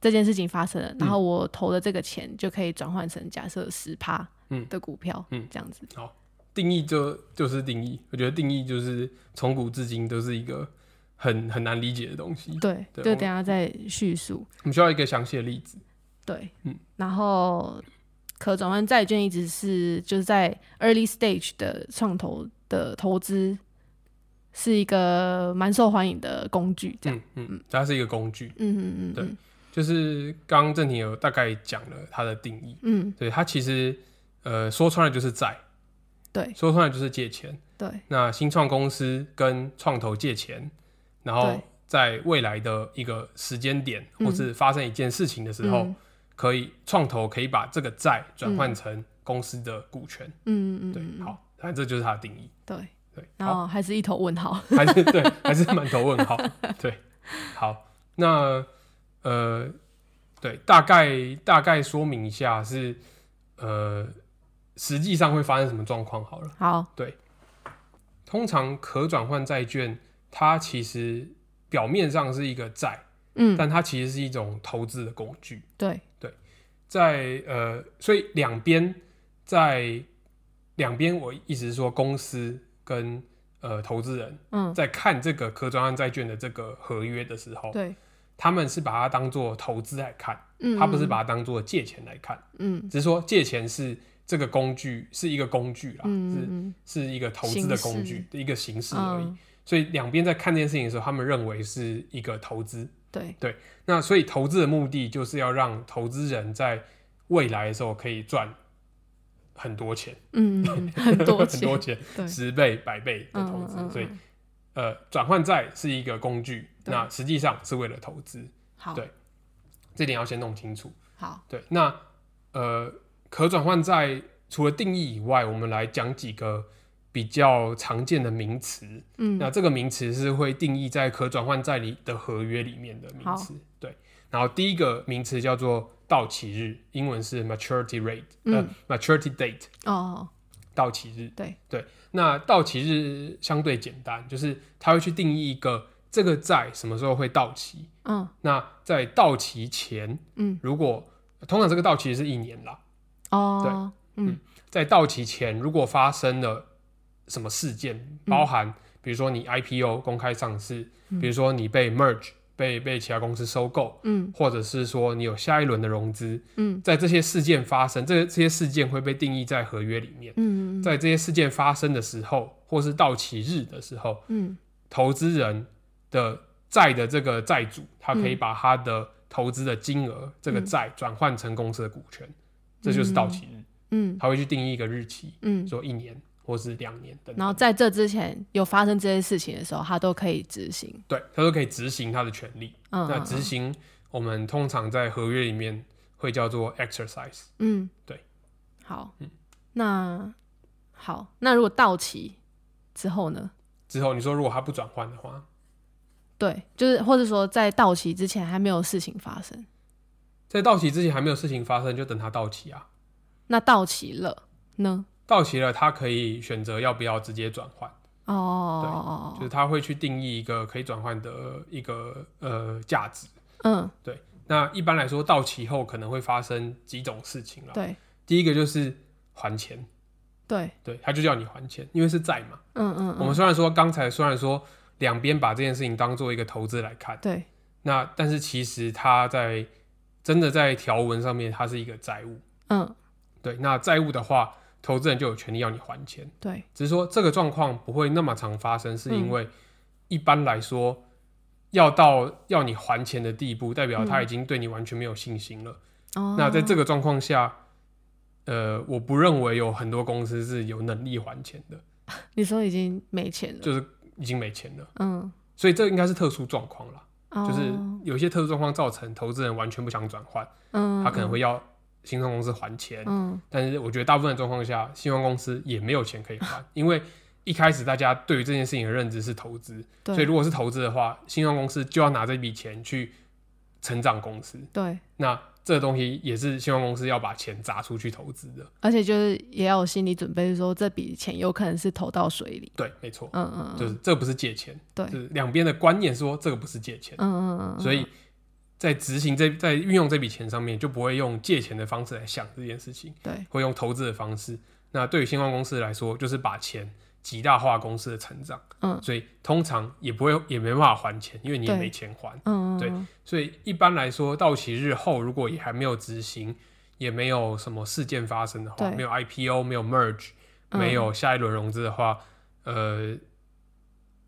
S2: 这件事情发
S1: 嗯
S2: 生了，然后我投的这个钱就可以转换成假设十趴
S1: 嗯
S2: 的股票，
S1: 嗯
S2: 这样子，
S1: 定义就就是定义，我觉得定义就是从古至今都是一个很很难理解的东西。
S2: 对，
S1: 对哦
S2: 就
S1: 我
S2: 等一下再叙述，
S1: 我们需要一个详细的例子。
S2: 对，
S1: 嗯
S2: 然后可转换债券一直是就是在 early stage 的创投的投资是一个蛮受欢迎的工具，这样，
S1: 嗯嗯，它是一个工具，
S2: 嗯嗯嗯，
S1: 对就是刚刚正廷有大概讲了它的定义，
S2: 嗯，
S1: 对它其实呃说穿了就是债，
S2: 嗯对
S1: 说穿了就是借钱。
S2: 对
S1: 那新创公司跟创投借钱，然后
S2: 对
S1: 在未来的一个时间点，
S2: 嗯
S1: 或是发生一件事情的时候，
S2: 嗯
S1: 可以创投可以把这个债转换成公司的股权。
S2: 嗯嗯嗯，
S1: 对，
S2: 嗯，
S1: 好，反正这就是它的定义。
S2: 对，
S1: 对，
S2: 然后还是一头问号，
S1: 还是对，还是满头问号。对，好，那呃，对，大概大概说明一下是呃，实际上会发生什么状况好了。
S2: 好，
S1: 通常可转换债券，它其实表面上是一个债，
S2: 嗯，
S1: 但它其实是一种投资的工具。
S2: 对，
S1: 在呃，所以两边在两边，我一直说公司跟呃投资人
S2: 嗯，
S1: 在看这个可转换债券的这个合约的时候，
S2: 对，
S1: 他们是把它当做投资来看，
S2: 嗯，
S1: 他不是
S2: 嗯
S1: 把它当做借钱来看，
S2: 嗯
S1: 只是说借钱是这个工具，是一个工具啦，
S2: 嗯嗯
S1: 是是一个投资的工
S2: 形
S1: 具
S2: 式
S1: 的一个形式
S2: 嗯
S1: 而已。
S2: 嗯，
S1: 所以两边在看这件事情的时候，他们认为是一个投资。
S2: 对，
S1: 那所以投资的目的就是要让投资人在未来的时候可以赚很多钱，
S2: 嗯，嗯很多
S1: 很
S2: 钱，
S1: 多钱，
S2: 对，
S1: 十倍、百倍的
S2: 嗯
S1: 投资。
S2: 嗯
S1: 所以
S2: 嗯
S1: 呃，转换债是一个工具，
S2: 对
S1: 那实际上是为了投资。
S2: 好，
S1: 对这点要先弄清楚。
S2: 好，
S1: 对，那呃，可转换债除了定义以外，我们来讲几个比较常见的名词。
S2: 嗯，
S1: 那这个名词是会定义在可转换债里的合约里面的名词。对，然后第一个名词叫做到期日，英文是 maturity rate，、
S2: 嗯
S1: 呃，maturity date，
S2: 哦，
S1: 到期日。
S2: 对
S1: 对，那到期日相对简单，就是它会去定义一个这个债什么时候会到期，
S2: 嗯
S1: 那在到期前，
S2: 嗯，
S1: 如果呃通常这个到期是一年啦，
S2: 哦，
S1: 在到期前如果发生了什么事件，包含比如说你 IPO 公开上市，比如说你被 merge 被被其他公司收购，
S2: 嗯
S1: 或者是说你有下一轮的融资，
S2: 嗯
S1: 在这些事件发生，这这些事件会被定义在合约里面。
S2: 嗯
S1: 在这些事件发生的时候，或是到期日的时候，
S2: 嗯
S1: 投资人的债的这个债主，他可以把他的投资的金额、这个债转换成公司的股权，这就是到期日。
S2: 嗯嗯
S1: 他会去定义一个日期，
S2: 嗯，
S1: 说一年或是两年等等
S2: 然后在这之前有发生这些事情的时候，他都可以执行。
S1: 对，他都可以执行他的权利。
S2: 嗯，
S1: 那执行我们通常在合约里面会叫做 exercise。
S2: 嗯，
S1: 对，
S2: 好，
S1: 嗯
S2: 那好，那如果到期之后呢？
S1: 之后你说如果他不转换的话，
S2: 对，就是或者说在到期之前还没有事情发生，
S1: 在到期之前还没有事情发生，就等他到期啊。
S2: 那到期了呢？
S1: 到期了，他可以选择要不要直接转换，
S2: 哦哦
S1: 就
S2: 哦
S1: 是他会去定义一个可以转换的一个呃价值。
S2: 哦，
S1: 那一般来说，到期后可能会发生几种事情
S2: 嗯，
S1: 啦。
S2: 对
S1: 第一个就是还钱，
S2: 对，
S1: 对，他就叫你还钱，因为是债嘛。
S2: 嗯嗯
S1: 我们
S2: 嗯，
S1: 虽然说刚才虽然说两边把这件事情当做一个投资来看，
S2: 对，
S1: 那但是其实它在真的在条文上面，它是一个债务。
S2: 嗯
S1: 对，那债务的话，投资人就有权利要你还钱。
S2: 对，
S1: 只是说这个状况不会那么常发生，是
S2: 嗯
S1: 因为一般来说，要到要你还钱的地步，代表他
S2: 嗯
S1: 已经对你完全没有信心了。
S2: 哦，
S1: 那在这个状况下，呃，我不认为有很多公司是有能力还钱的，
S2: 哦你说已经没钱了，
S1: 就是已经没钱了。
S2: 嗯，哦
S1: 所以这应该是特殊状况啦，
S2: 就
S1: 就是有一些特殊状况造成投资人完全不想转换，
S2: 嗯，
S1: 他可能会要新创公司还钱，
S2: 嗯，
S1: 但是我觉得大部分的状况下，新创公司也没有钱可以还，因为一开始大家对于这件事情的认知是投资，
S2: 对，
S1: 所以如果是投资的话，新创公司就要拿这笔钱去成长公司，
S2: 对，
S1: 那这东西也是新创公司要把钱砸出去投资的，
S2: 而且就是也要有心理准备，说这笔钱有可能是投到水里，
S1: 对，没错，
S2: 嗯嗯，嗯
S1: 就是这不是借钱，
S2: 对
S1: 就是两边的观念说这个不是借钱
S2: 嗯，嗯嗯嗯，
S1: 所以在执行这在运用这笔钱上面，就不会用借钱的方式来想这件事情，
S2: 对，
S1: 会用投资的方式。那对于新创公司来说，就是把钱极大化公司的成长，
S2: 嗯
S1: 所以通常也不会也没办法还钱，因为你也
S2: 对
S1: 没钱还。
S2: 嗯，嗯
S1: 对
S2: 嗯
S1: 所以一般来说，到期日后如果也还没有执行，也没有什么事件发生的话，
S2: 对
S1: 没有 IPO，没有 merge，
S2: 嗯
S1: 没有下一轮融资的话，呃，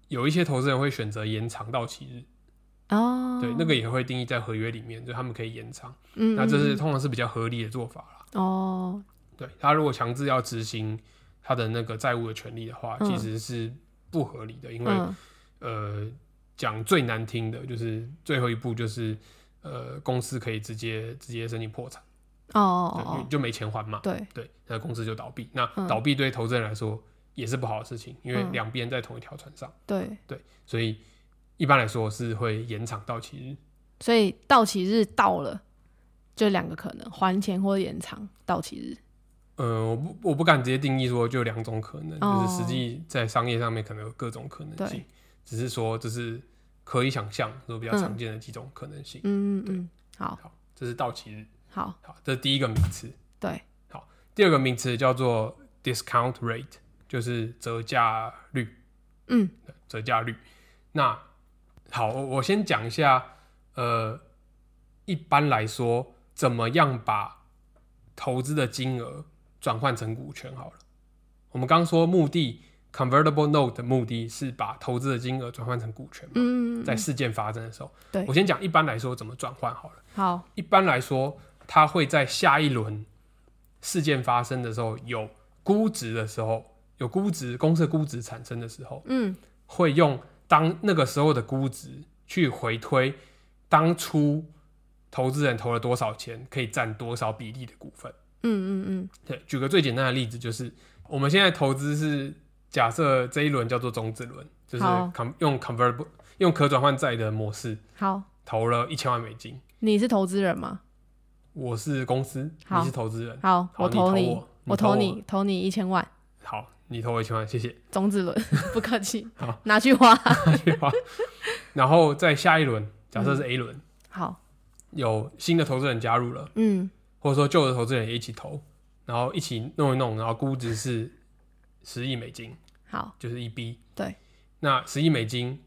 S1: 有一些投资人会选择延长到期日，
S2: 哦，
S1: 对，那个也会定义在合约里面，就他们可以延长。
S2: 嗯，嗯，
S1: 那这是
S2: 嗯
S1: 通常是比较合理的做法啦。
S2: 哦，
S1: 对他如果强制要执行他的那个债务的权利的话，
S2: 嗯
S1: 其实是不合理的，因为、
S2: 嗯
S1: 呃，讲最难听的就是最后一步就是呃，公司可以直接直接申请破产，
S2: 哦哦
S1: 对，因为
S2: 哦，
S1: 就没钱还嘛，
S2: 对，
S1: 对，那公司就倒闭。那
S2: 嗯
S1: 倒闭对投资人来说也是不好的事情，因为
S2: 嗯
S1: 两边在同一条船上，
S2: 对，
S1: 所以一般来说是会延长到期日。
S2: 所以到期日到了，就两个可能，还钱或延长到期日。
S1: 呃，我不我不敢直接定义说就两种可能，
S2: 哦
S1: 就是实际在商业上面可能有各种可能性
S2: 对，
S1: 只是说就是可以想象说比较
S2: 嗯
S1: 常见的几种可能性。
S2: 嗯嗯
S1: 对
S2: 嗯，好
S1: 好，这是到期日。
S2: 好，
S1: 好，这是第一个名词。
S2: 对，
S1: 第二个名词叫做 discount rate，就是折价率。
S2: 嗯，
S1: 折价率。那好，我我先讲一下，呃，一般来说，怎么样把投资的金额转换成股权？好了，我们刚刚说目的 convertible note 的目的是把投资的金额转换成股权嘛，
S2: 嗯，嗯嗯
S1: 在事件发生的时候，
S2: 对
S1: 我先讲一般来说怎么转换好了。
S2: 好，
S1: 一般来说，它会在下一轮事件发生的时候，有估值的时候，有估值公司的估值产生的时候，
S2: 嗯
S1: 会用当那个时候的估值去回推当初投资人投了多少钱，可以占多少比例的股份。
S2: 嗯嗯嗯，
S1: 对，举个最简单的例子，就是我们现在投资是假设这一轮叫做中子轮，就是
S2: 好
S1: con, 用 convertible 用可转换债的模式
S2: 好，
S1: 投了一千万美金，
S2: 你是投资人吗？
S1: 我是公司，你
S2: 好
S1: 是投资人。
S2: 好，
S1: 呃好
S2: 我
S1: 你投
S2: 你
S1: 我，
S2: 我
S1: 投
S2: 投
S1: 我
S2: 你，投你一千万，
S1: 好，你投我一千万，谢 谢。
S2: 种子轮，不客气
S1: 好，
S2: 拿去花。
S1: 然后在下一轮，假设是
S2: 嗯
S1: A 轮，
S2: 好，
S1: 有新的投资人加入了，
S2: 嗯
S1: 或者说旧的投资人也一起投，然后一起弄一弄，然后估值是十亿美金，
S2: 好，
S1: 就是一 B。
S2: 对，
S1: 那十亿美金，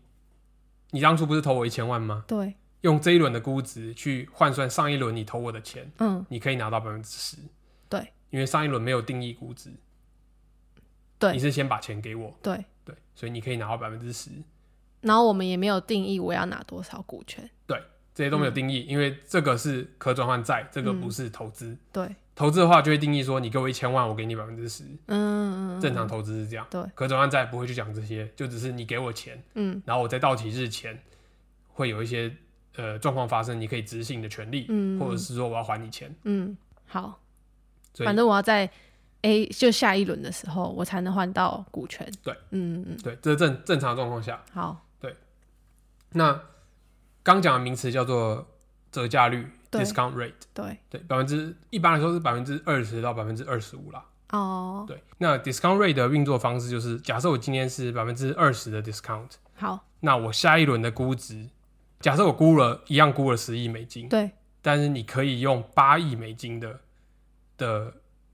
S1: 你当初不是投我一千万吗？
S2: 对，
S1: 用这一轮的估值去换算上一轮你投我的钱，
S2: 嗯
S1: 你可以拿到百分之十。
S2: 对，
S1: 因为上一轮没有定义估值，
S2: 对
S1: 你是先把钱给我，
S2: 对，
S1: 对，所以你可以拿到百分之十。
S2: 然后我们也没有定义我要拿多少股权，嗯
S1: 这些都没有定义，因为这个是可转换债，这个不是投资。
S2: 对，
S1: 投资的话就会定义说，你给我一千万，我给你百分之十，
S2: 嗯，嗯
S1: 正常，投资是这样。
S2: 对
S1: 可转换债不会去讲这些，就只是你给我钱，
S2: 嗯
S1: 然后我在到期日前会有一些呃状况发生，你可以执行的权利，
S2: 嗯，
S1: 或者是说我要还你钱。
S2: 嗯，好，
S1: 所以
S2: 反正我要在 A 就下一轮的时候，我才能换到股权。
S1: 对，
S2: 嗯嗯，
S1: 对，这是正正常的状况下。
S2: 好，
S1: 那刚讲的名词叫做折价率
S2: 对
S1: （discount rate），
S2: 对，
S1: 对，百分之一般来说是百分之二十到百分之二十五啦。
S2: 哦，
S1: 对，那 discount rate 的运作方式就是，假设我今天是百分之二十的 discount，
S2: 好，
S1: 那我下一轮的估值，假设我估了一样估了十亿美金，
S2: 对，
S1: 但是你可以用八亿美金的的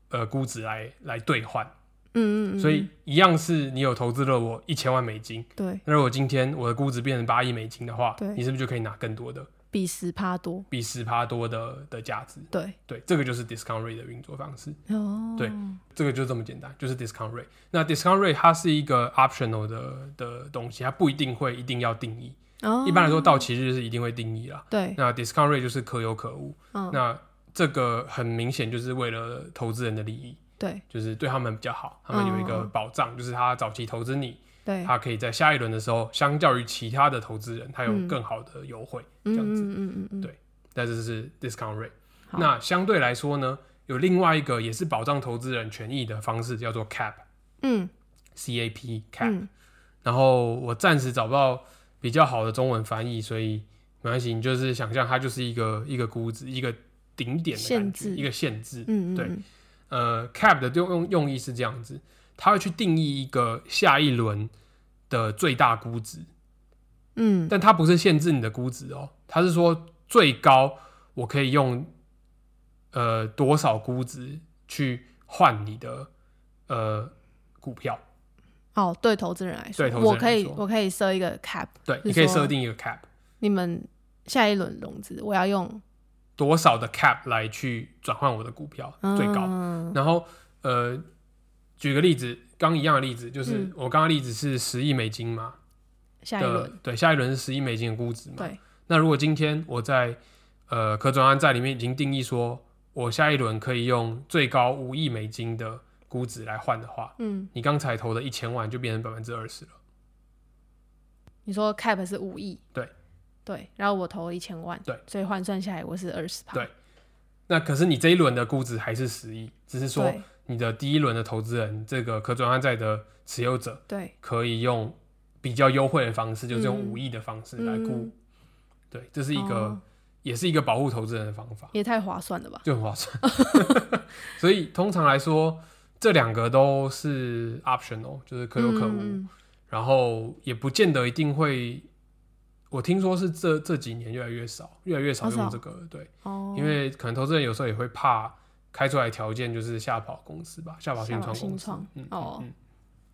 S1: 呃估值来来兑换，
S2: 嗯嗯嗯，
S1: 所以一样是你有投资了我一千万美金，
S2: 对
S1: 那如果今天我的估值变成八亿美金的话
S2: 对，
S1: 你是不是就可以拿更多的
S2: 比十趴多，
S1: 比十趴多的的价值？
S2: 对，
S1: 对，这个就是 discount rate 的运作方式。
S2: 哦，
S1: 对这个就这么简单，就是 discount rate。那 discount rate 它是一个 optional 的的东西，它不一定会一定要定义。
S2: 哦，
S1: 一般来说，到期日是一定会定义啦。
S2: 对，
S1: 那 discount rate 就是可有可无。
S2: 嗯，
S1: 那这个很明显就是为了投资人的利益，
S2: 对
S1: 就是对他们比较好，他们有一个
S2: 嗯
S1: 保障，就是他早期投资你，
S2: 对，
S1: 他可以在下一轮的时候，相较于其他的投资人，他有
S2: 嗯
S1: 更好的优惠。
S2: 嗯
S1: 这样子
S2: 嗯嗯嗯嗯，
S1: 对但是这是 discount rate。
S2: 好
S1: 那相对来说呢，有另外一个也是保障投资人权益的方式，叫做 cap。
S2: 嗯
S1: CAP cap，、
S2: 嗯，
S1: 然后我暂时找不到比较好的中文翻译，所以没关系，你就是想象它就是一个一个估值，一个顶点的感
S2: 限
S1: 觉，
S2: 制
S1: 一个限制。
S2: 嗯嗯
S1: 对
S2: 嗯
S1: 呃，cap 的用用用意是这样子，它会去定义一个下一轮的最大估值，
S2: 嗯，
S1: 但它不是限制你的估值哦，它是说最高我可以用呃多少估值去换你的呃股票。
S2: 哦，对投资人来说，
S1: 对投资人
S2: 我可以
S1: 来说
S2: 我可以设一个 cap，
S1: 对，
S2: 是
S1: 你可以
S2: 说
S1: 设定一个 cap，
S2: 你们下一轮融资我要用
S1: 多少的 cap 来去转换我的股票最高。
S2: 嗯
S1: 然后呃，举个例子，刚一样的例子，就是
S2: 嗯
S1: 我刚刚的例子是十亿美金嘛
S2: 下一
S1: 的
S2: 轮，，
S1: 对，下一轮是十亿美金的估值嘛。
S2: 对，
S1: 那如果今天我在呃可转换债里面已经定义说，我下一轮可以用最高五亿美金的估值来换的话，
S2: 嗯，
S1: 你刚才投的一千万就变成百分之二十了。
S2: 你说 cap 是五亿，
S1: 对
S2: 对，然后我投一千万，
S1: 对，
S2: 所以换算下来我是二十趴，
S1: 对那可是你这一轮的估值还是十亿，只是说
S2: 对
S1: 你的第一轮的投资人，这个可转换债的持有者，
S2: 对，
S1: 可以用比较优惠的方式，就是用
S2: 嗯
S1: 五亿的方式来估。
S2: 嗯
S1: 对，这是一个、
S2: 哦
S1: 也是一个保护投资人的方法，
S2: 也太划算了吧？
S1: 就很划算。 所以通常来说，这两个都是 optional，就是可有可无，
S2: 嗯嗯
S1: 然后也不见得一定会。我听说是这这几年越来越少，越来越少
S2: 好少
S1: 用这个，对，
S2: 哦，
S1: 因为可能投资人有时候也会怕开出来的条件就是吓跑公司吧，吓跑新
S2: 吓跑
S1: 创公
S2: 新
S1: 司
S2: 创，
S1: 嗯，
S2: 哦
S1: 嗯嗯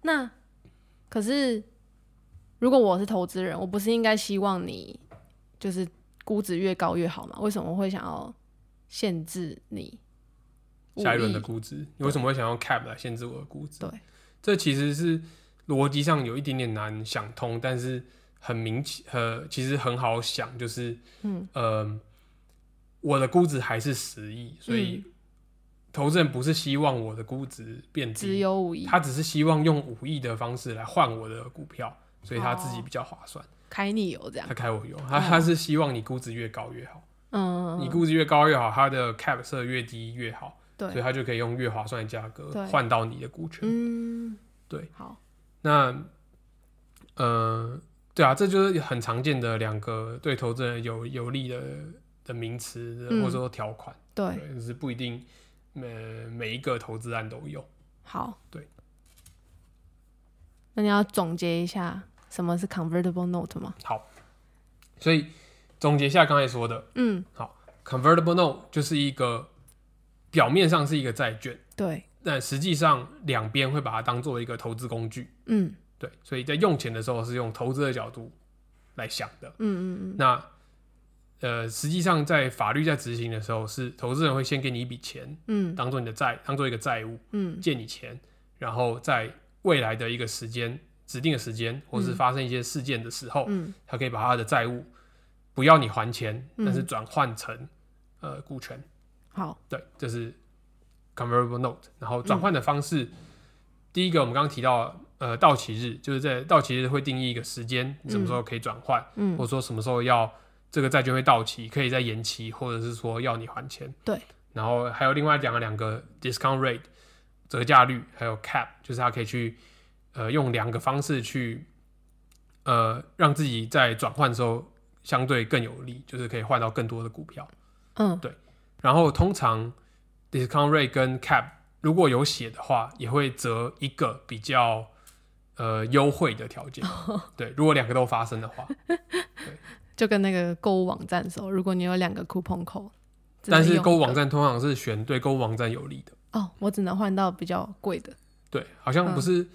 S2: 那可是如果我是投资人，我不是应该希望你就是估值越高越好吗？为什么会想要限制你五亿？
S1: 下一轮的估值，你为什么会想用 cap 来限制我的估值？
S2: 对，
S1: 这其实是逻辑上有一点点难想通，但是很明其呃，其实很好想，就是
S2: 嗯
S1: 呃，我的估值还是十亿，所以
S2: 嗯
S1: 投资人不是希望我的估值变
S2: 只
S1: 低，
S2: 有五亿，
S1: 他只是希望用五亿的方式来换我的股票，所以他自己
S2: 哦
S1: 比较划算，
S2: 开你油这样
S1: 他，开我用，他他是希望你估值越高越好，
S2: 嗯，
S1: 你估值越高越好，他的 cap 设越低越好。所以
S2: 对，
S1: 他就可以用越划算的价格
S2: 对
S1: 换到你的股权。
S2: 嗯，
S1: 对，
S2: 好，
S1: 那呃，对啊，这就是很常见的两个对投资人有有利的的名词，
S2: 嗯
S1: 或者说条款，
S2: 对，
S1: 对，就是不一定呃每一个投资案都有。
S2: 好，
S1: 对。
S2: 那你要总结一下什么是 convertible note 吗？
S1: 所以总结一下刚才说的
S2: 嗯，
S1: ，convertible note 就是一个表面上是一个债券，
S2: 对，
S1: 但实际上两边会把它当做一个投资工具。
S2: 嗯
S1: 对，所以在用钱的时候是用投资的角度来想的。
S2: 嗯嗯嗯，
S1: 那呃，实际上在法律在执行的时候，是投资人会先给你一笔钱，
S2: 嗯
S1: 当做你的债，当做一个债务，
S2: 嗯
S1: 借你钱，然后在未来的一个时间指定的时间，或是
S2: 嗯
S1: 发生一些事件的时候，
S2: 嗯，
S1: 他可以把他的债务不要你还钱，
S2: 嗯
S1: 但是转换成呃股权。
S2: 好，
S1: 对，这是 convertible note，然后转换的方
S2: 嗯
S1: 式，第一个我们刚刚提到，呃，到期日就是在到期日会定义一个时间，你什么时候可以转换，
S2: 嗯
S1: 或者说什么时候要这个债券会到期，可以再延期，或者是说要你还钱。
S2: 对。
S1: 然后还有另外两个两个 discount rate 折价率，还有 cap，就是它可以去呃用两个方式去呃让自己在转换的时候相对更有利，就是可以换到更多的股票。
S2: 嗯
S1: 然后通常 discount rate 跟 cap 如果有写的话，也会择一个比较呃优惠的条 件。对，如果两个都发生的话，
S2: 就跟那个购物网站的时候，如果你有两个 coupon code，只能
S1: 但是
S2: 用
S1: 购物
S2: 一个
S1: 网站通常是选对购物网站有利的。
S2: 哦，我只能换到比较贵的，
S1: 对，好像
S2: 嗯
S1: 不是，比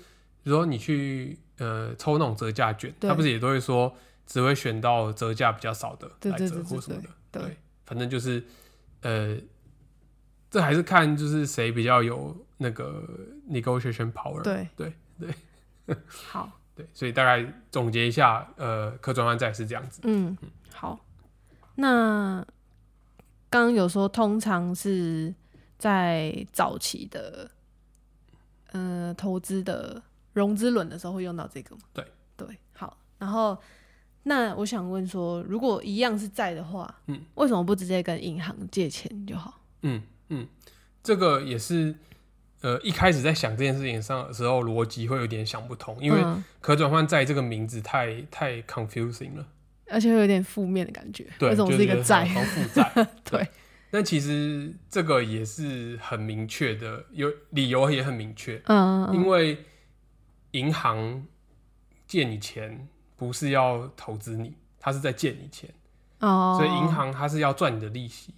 S1: 如说你去呃抽那种折价券，
S2: 对
S1: 他不是也都会说只会选到折价比较少的
S2: 对
S1: 来
S2: 对
S1: 折
S2: 对
S1: 或
S2: 对
S1: 什么的。
S2: 对
S1: 对，反正就是呃，这还是看就是谁比较有那个 negotiation power。
S2: 对
S1: 对对，
S2: 好，
S1: 对，所以大概总结一下，呃，可转换债是这样子。
S2: 嗯，好，那刚刚有说通常是在早期的呃投资的融资轮的时候会用到这个吗？
S1: 对
S2: 对，好，然后。那我想问说，如果一样是债的话，
S1: 嗯，
S2: 为什么不直接跟银行借钱就好？
S1: 嗯嗯，这个也是，呃，一开始在想这件事情上的时候，逻辑会有点想不通，因为
S2: 嗯
S1: 可转换债这个名字太太 confusing 了。
S2: 而且会有点负面的感觉，
S1: 对，
S2: 为什么是一个债。
S1: 就？是好像负债
S2: 对，
S1: 但其实这个也是很明确的，有理由也很明确，
S2: 嗯，嗯
S1: 因
S2: 嗯
S1: 为银行借你钱不是要投资你，它是在借你钱，
S2: 哦，
S1: 所以银行它是要赚你的利息，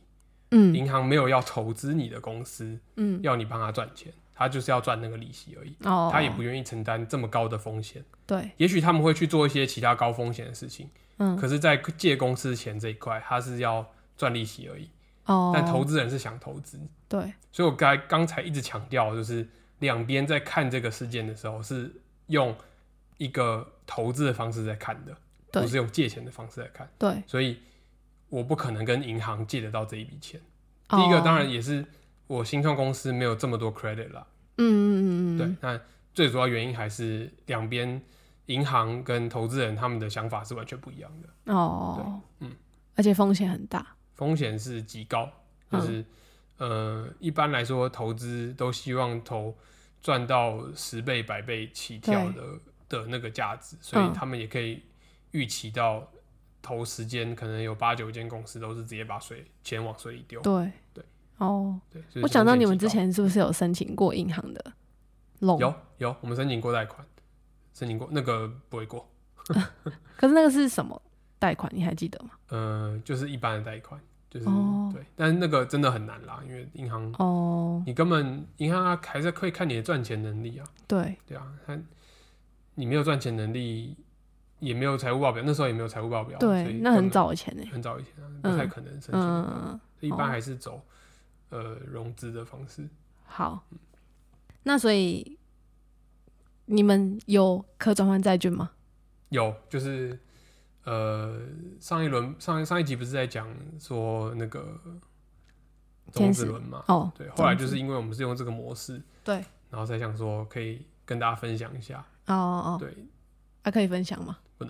S2: 嗯
S1: 银行没有要投资你的公司，
S2: 嗯
S1: 要你帮他赚钱，他就是要赚那个利息而已，
S2: 哦，
S1: 他也不愿意承担这么高的风险。
S2: 对，
S1: 也许他们会去做一些其他高风险的事情，
S2: 嗯
S1: 可是，在借公司钱这一块，他是要赚利息而已。
S2: 哦，
S1: 但投资人是想投资，
S2: 对
S1: 所以我刚刚才一直强调，就是两边在看这个事件的时候，是用一个投资的方式在看的，
S2: 对
S1: 不是用借钱的方式来看。
S2: 对，
S1: 所以我不可能跟银行借得到这一笔钱。第一个当
S2: 哦
S1: 然也是我新创公司没有这么多 credit 啦，
S2: 嗯嗯嗯嗯，
S1: 对，那最主要原因还是两边银行跟投资人他们的想法是完全不一样的，
S2: 对，哦，
S1: 对嗯，
S2: 而且风险很大，
S1: 风险是极高，
S2: 嗯
S1: 就是、呃，一般来说投资都希望投赚到十倍、百倍起跳的的那个价值，所以
S2: 嗯
S1: 他们也可以预期到。投时间可能有八九间公司都是直接把水钱往水里丢，
S2: 对
S1: 对，
S2: 哦，
S1: 对，所以
S2: 我想到
S1: 风险
S2: 你们
S1: 极
S2: 之
S1: 高
S2: 前是不是有申请过银行的 loan？
S1: 有有，我们申请过贷款，申请过那个不会过，
S2: 可是那个是什么贷款？你还记得吗？
S1: 呃，就是一般的贷款，就是、
S2: 哦
S1: 对，但是那个真的很难啦，因为银行
S2: 哦，
S1: 你根本银行它啊还是可以看你的赚钱能力啊，
S2: 对，
S1: 对啊，它你没有赚钱能力，也没有财务报表，那时候也没有财务报表，哦所
S2: 对
S1: 以，
S2: 那
S1: 根
S2: 很
S1: 本
S2: 早以前呢，
S1: 很早以前啊，不太可能申请，
S2: 嗯嗯。嗯
S1: 所以一般
S2: 哦
S1: 还是走呃融资的方式。
S2: 好，那所以你们有可转换债券吗？
S1: 有，就是呃，上一轮上上一集不是在讲说那个种
S2: 天
S1: 子
S2: 使
S1: 轮嘛？
S2: 哦，
S1: 对，后来
S2: 种
S1: 就
S2: 子
S1: 是因为我们是用这个模式，
S2: 对，
S1: 然后才想说可以跟大家分享一下，
S2: 哦哦，哦
S1: 对，
S2: 还、可以分享吗？
S1: 不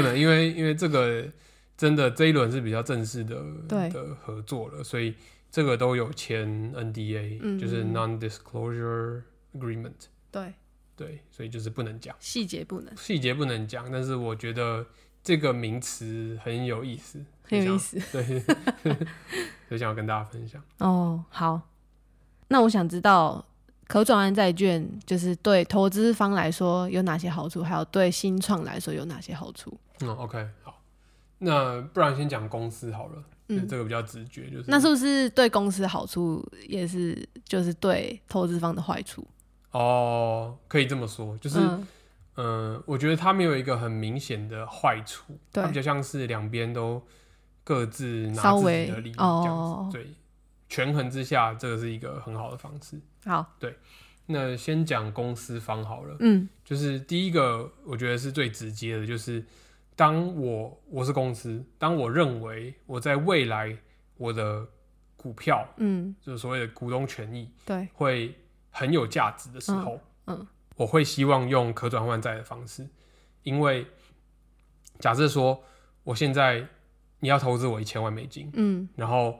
S1: 能因为因为这个真的这一轮是比较正式的
S2: 对
S1: 的合作了，所以这个都有签 NDA，、
S2: 嗯
S1: 就是
S2: 嗯嗯
S1: Non-Disclosure Agreement，
S2: 对，
S1: 对，所以就是不能讲。
S2: 细节不能，
S1: 细节不能讲，但是我觉得这个名词很有意思，
S2: 很有
S1: 就想
S2: 意思。
S1: 对， 就想要跟大家分享。
S2: 哦，好，那我想知道可转换债券就是对投资方来说有哪些好处，还有对新创来说有哪些好处？
S1: 嗯，OK，好，那不然先讲公司好了，
S2: 嗯
S1: 这个比较直觉，就是
S2: 那是不是对公司好处也是就是对投资方的坏处？
S1: 哦，可以这么说，就是嗯、
S2: 嗯、
S1: 呃我觉得它没有一个很明显的坏处，
S2: 对
S1: 它比较像是两边都各自拿
S2: 稍
S1: 自
S2: 微
S1: 己的利益这样子，
S2: 哦，
S1: 对，权衡之下，这个是一个很好的方式。
S2: 好，
S1: 那先讲公司方好了。
S2: 嗯
S1: 就是第一个，我觉得是最直接的，就是当我我是公司，当我认为我在未来我的股票，
S2: 嗯，
S1: 就是所谓的股东权益
S2: 对，
S1: 会很有价值的时候，
S2: 嗯嗯
S1: 我会希望用可转换债的方式，因为假设说我现在你要投资我一千万美金，
S2: 嗯
S1: 然后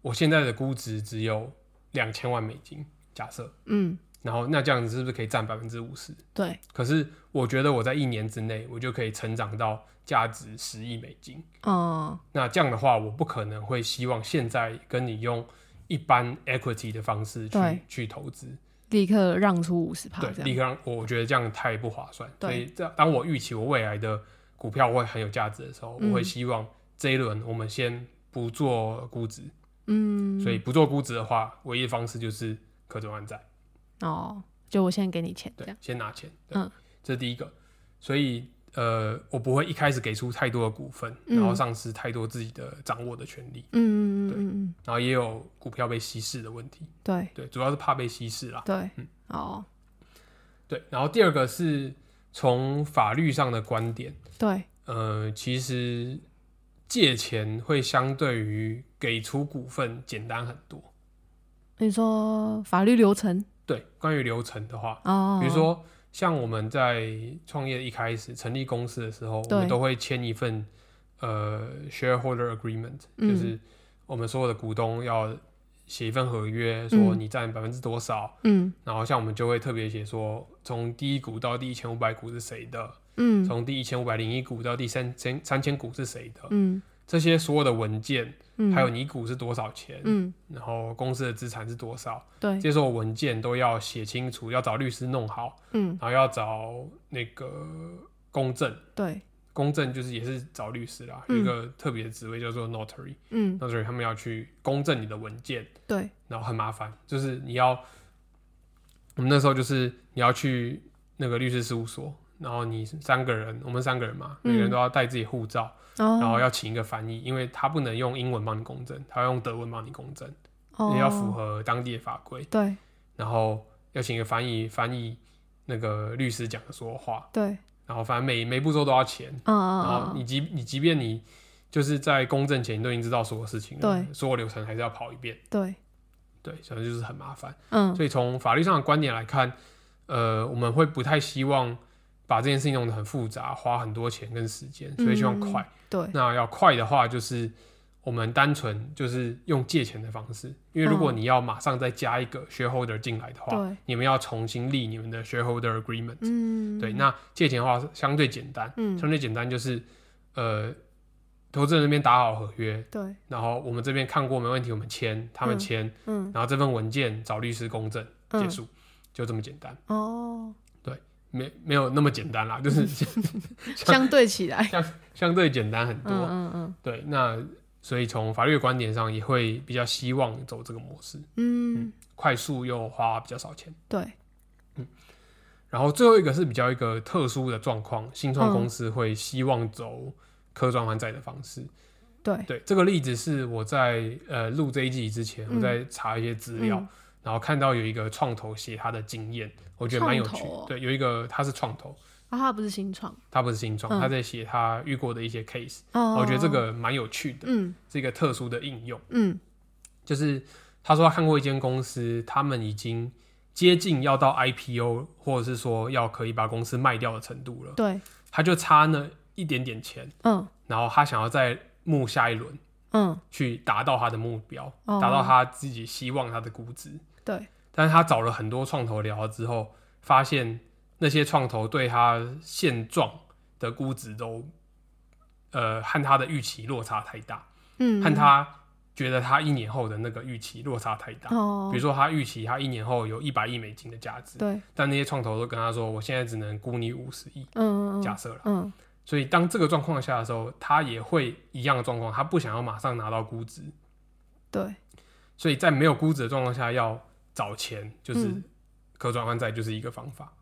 S1: 我现在的估值只有两千万美金，假设，
S2: 嗯，
S1: 然后那这样子是不是可以占百分之五十？
S2: 对，
S1: 可是我觉得我在一年之内，我就可以成长到价值十亿美金。
S2: 哦、
S1: 那这样的话，我不可能会希望现在跟你用一般 equity 的方式去
S2: 对
S1: 去投资，
S2: 立刻让出五十趴
S1: 对，
S2: 这
S1: 立
S2: 样，
S1: 刻让我觉得这样太不划算。
S2: 对
S1: 所以这当我预期我未来的股票会很有价值的时候，
S2: 嗯
S1: 我会希望这一轮我们先不做估值。
S2: 嗯，
S1: 所以不做估值的话，唯一的方式就是可转换债，
S2: 哦，就我现在给你钱这
S1: 对
S2: 样，，
S1: 先拿钱。对
S2: 嗯，
S1: 这是第一个。所以呃，我不会一开始给出太多的股份，
S2: 嗯
S1: 然后丧失太多自己的掌握的权利，
S2: 嗯嗯嗯
S1: 对
S2: 嗯嗯，
S1: 然后也有股票被稀释的问题。
S2: 对
S1: 对，主要是怕被稀释啦。
S2: 对
S1: 嗯，
S2: 哦，
S1: 对，然后第二个是从法律上的观点，
S2: 对，
S1: 呃，其实借钱会相对于给出股份简单很多。
S2: 你说法律流程
S1: 对，关于流程的话，
S2: 哦，
S1: 比如，说像我们在创业一开始成立公司的时候，我
S2: 对
S1: 们都会签一份呃 shareholder agreement，就
S2: 嗯
S1: 是我们所有的股东要写一份合约，说
S2: 嗯
S1: 你占百分之多少，
S2: 嗯
S1: 然后像我们就会特别写说，从第一股到第一千五百股是谁的，
S2: 嗯
S1: 从第一千五百零一股到第三千三千股是谁的，
S2: 嗯
S1: 这些所有的文件，
S2: 嗯，
S1: 还有你股是多少钱，
S2: 嗯，
S1: 然后公司的资产是多少，
S2: 对
S1: 这，些所有文件都要写清楚，要找律师弄好，
S2: 嗯
S1: 然后要找那个公证，
S2: 对，
S1: 公证就是也是找律师啦，有
S2: 嗯
S1: 一个特别的职位叫做 notary，notary、
S2: 嗯
S1: notary 他们要去公证你的文件，
S2: 对，
S1: 然后很麻烦，就是你要，我们那时候就是你要去那个律师事务所，然后你三个人，我们三个人嘛，每个人
S2: 嗯
S1: 都要带自己护照，
S2: 然
S1: 然后要请一个翻译，因为他不能用英文帮你公证，他要用德文帮你公证，也要符，
S2: 哦
S1: 合当地的法规，
S2: 对
S1: 然后要请一个翻译翻译那个律师讲的说话，
S2: 对，
S1: 然后反正每每步骤都要钱，
S2: 嗯
S1: 然后
S2: 嗯
S1: 你
S2: 嗯，
S1: 即你即便你就是在公证前你都已经知道所有事情了，
S2: 对
S1: 所有流程还是要跑一遍，
S2: 对，
S1: 对，所以就是很麻烦。
S2: 嗯
S1: 所以从法律上的观点来看，呃，我们会不太希望把这件事情弄得很复杂，花很多钱跟时间，所以希望
S2: 嗯
S1: 快。
S2: 对，
S1: 那要快的话，就是我们单纯就是用借钱的方式，因为如果
S2: 嗯
S1: 你要马上再加一个 shareholder 进来的话，
S2: 对
S1: 你们要重新立你们的 shareholder agreement。
S2: 嗯，
S1: 对，那借钱的话相对简单，
S2: 嗯
S1: 相对简单就是呃，投资人那边打好合约，
S2: 对，
S1: 然后我们这边看过没问题，我们签，他们
S2: 嗯
S1: 签，
S2: 嗯
S1: 然后这份文件找律师公证。结
S2: 嗯，
S1: 束，就这么简单，
S2: 哦，
S1: 没没有那么简单啦，就是
S2: 相对起来，
S1: 相对简单很多。
S2: 嗯嗯嗯
S1: 对，那所以从法律的观点上，也会比较希望走这个模式，
S2: 嗯，
S1: 快速又花比较少钱。
S2: 对，
S1: 然后最后一个是比较一个特殊的状况，新创
S2: 嗯
S1: 公司会希望走科转换债的方
S2: 嗯
S1: 式。
S2: 对，
S1: 对，这个例子是我在呃录这一季之前，我
S2: 嗯
S1: 在查一些资料，
S2: 嗯
S1: 然后看到有一个创投写他的经验，我觉得蛮有趣
S2: 创
S1: 的。
S2: 投哦
S1: 对，有一个他是创投，
S2: 啊，它不是新创，
S1: 他不是新创，
S2: 嗯
S1: 他在写他遇过的一些 case。
S2: 哦，
S1: 我觉得这，个蛮有趣的，
S2: 嗯
S1: 是一个特殊的应用。
S2: 嗯
S1: 就是他说他看过一间公司，他们已经接近要到 IPO，或者是说要可以把公司卖掉的程度了，
S2: 对，
S1: 他就差那一点点钱，
S2: 嗯
S1: 然后他想要再募下一轮
S2: 嗯
S1: 去达到他的目标，
S2: 哦
S1: 达到他自己希望他的估值。
S2: 对，
S1: 但是他找了很多创投聊了之后，发现那些创投对他现状的估值都，呃，和他的预期落差太大。
S2: 嗯，
S1: 和他觉得他一年后的那个预期落差太大。
S2: 哦，
S1: 比如说，他预期他一年后有一百亿美金的价值，
S2: 对，
S1: 但那些创投都跟他说，我现在只能估你五十亿，
S2: 嗯嗯
S1: 假
S2: 嗯
S1: 设了。
S2: 嗯，
S1: 所以当这个状况下的时候，他也会一样的状况，他不想要马上拿到估值，
S2: 对，
S1: 所以在没有估值的状况下要找钱，就是
S2: 嗯
S1: 可转换债就是一个方法。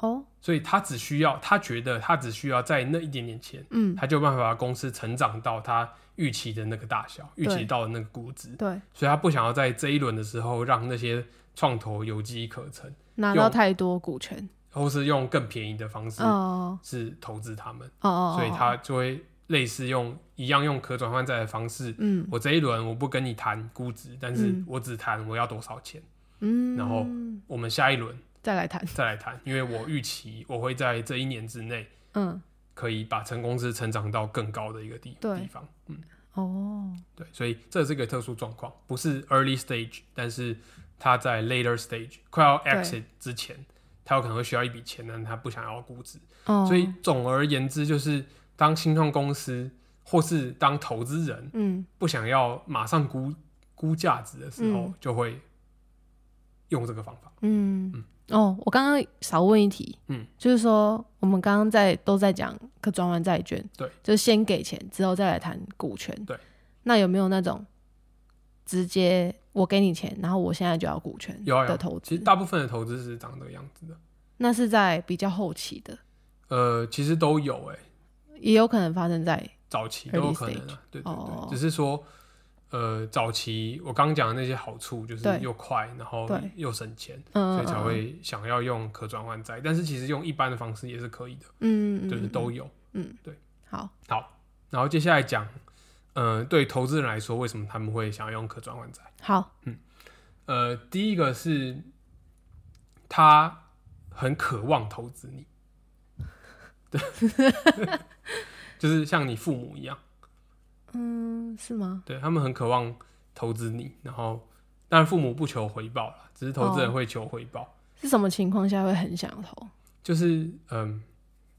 S2: 哦，
S1: 所以他只需要，他觉得他只需要在那一点点钱，
S2: 嗯，
S1: 他就有办法把公司成长到他预期的那个大小，预期
S2: 对
S1: 到的那个估值。
S2: 对，
S1: 所以他不想要在这一轮的时候让那些创投有机可乘，
S2: 拿到太多股权，
S1: 或是用更便宜的方式
S2: 哦
S1: 是投资他们，
S2: 哦哦，
S1: 所以他就会类似用一样用可转换债的方式，
S2: 嗯
S1: 我这一轮我不跟你谈估值，但是
S2: 嗯
S1: 我只谈我要多少钱，
S2: 嗯，
S1: 然后我们下一轮
S2: 再来谈，
S1: 再来谈，因为我预期我会在这一年之内
S2: 嗯，
S1: 可以把成功是成长到更高的一个地
S2: 对
S1: 地方，嗯，
S2: 哦，
S1: 对，所以这是个特殊状况，不是 early stage，但是它在 later stage 快要 exit 之前，它有可能会需要一笔钱，但是它不想要估值，
S2: 哦，
S1: 所以总而言之，就是当新创公司或是当投资人
S2: 嗯，
S1: 不想要马上估估价值的时候
S2: 嗯，
S1: 就会用这个方法。
S2: 嗯，哦，我刚刚少问一题，
S1: 嗯，
S2: 就是说我们刚刚在都在讲可转换债券，
S1: 对，
S2: 就是先给钱之后再来谈股权，
S1: 对。
S2: 那有没有那种直接我给你钱，然后我现在就要股权
S1: 有啊有
S2: 的
S1: 啊
S2: 投
S1: 其
S2: 资
S1: 实？大部分的投资是长这个样子的，
S2: 那是在比较后期的，
S1: 呃，其实都有哎、
S2: 也有可能发生在
S1: 早期都有
S2: Early
S1: 可能啊，对对对，
S2: 哦
S1: 只是说。呃，早期我刚讲的那些好处就是
S2: 对
S1: 又快，然后
S2: 对
S1: 又省钱，
S2: 嗯，
S1: 所以才会想要用可转换债。但是其实用一般的方式也是可以的，
S2: 嗯，嗯，嗯
S1: 就是都有。
S2: 好，
S1: 好，然后接下来讲，呃，对投资人来说，为什么他们会想要用可转换债？
S2: 好，
S1: 呃，第一个是他很渴望投资你， 对， 就是像你父母一样，
S2: 嗯，是吗？
S1: 对他们很渴望投资你，然后当然父母不求回报了，只是投资人
S2: 哦
S1: 会求回报，
S2: 是什么情况下会很想投？
S1: 就是嗯、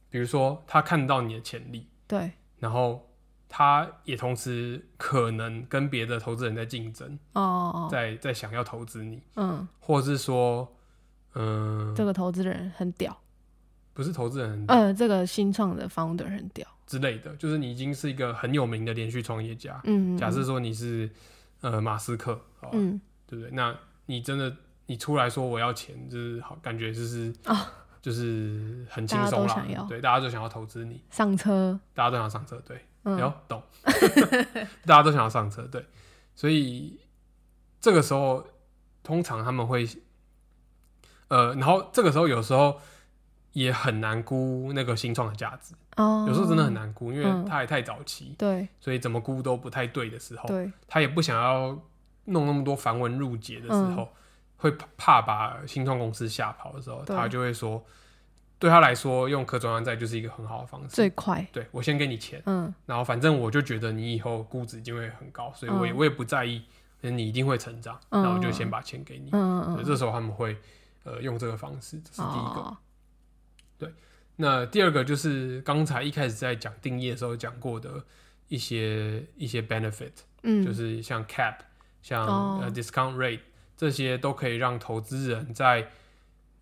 S1: 比如说他看到你的潜力，
S2: 对，
S1: 然后他也同时可能跟别的投资人在竞争，
S2: 哦，
S1: 在在想要投资你，
S2: 嗯，
S1: 或是说，嗯、
S2: 这个投资人很屌，
S1: 不是投资人
S2: 呃，这个新创的 founder 很屌，
S1: 之类的，就是你已经是一个很有名的连续创业家。
S2: 嗯，
S1: 假设说你是呃马斯克，好吧
S2: 嗯，
S1: 对不对？那你真的你出来说我要钱，就是好感觉就是、
S2: 哦
S1: 就是很轻
S2: 大家
S1: 松
S2: 都
S1: 啦
S2: 想要，
S1: 对，大家都想要投资你，
S2: 上车，
S1: 大家都想上车，对，
S2: 嗯，
S1: 有懂， 大家都想要上车，对，所以这个时候通常他们会，呃，然后这个时候有时候也很难估那个新创的价值，
S2: 哦，
S1: 有时候真的很，难估，因
S2: 嗯
S1: 为它也太早期，
S2: 对
S1: 所以怎么估都不太对的时候，
S2: 对，
S1: 他也不想要弄那么多繁文缛节的时
S2: 嗯
S1: 候，会怕怕把新创公司吓跑的时候，
S2: 对
S1: 他就会说，对他来说用可转换债就是一个很好的方
S2: 最
S1: 式，
S2: 快，
S1: 对我先给你钱。
S2: 嗯
S1: 然后反正我就觉得你以后估值一定会很高，所以我也、
S2: 嗯
S1: 我也不在意，你一定会成长，
S2: 嗯
S1: 然后我就先把钱给你。
S2: 嗯
S1: 对
S2: 嗯，
S1: 这时候他们会呃用这个方式，这是第一个。
S2: 哦，
S1: 那第二个就是刚才一开始在讲定义的时候讲过的一些一些 benefit，、
S2: 嗯，
S1: 就是像 cap、像、
S2: 哦
S1: 呃 discount rate 这些都可以让投资人在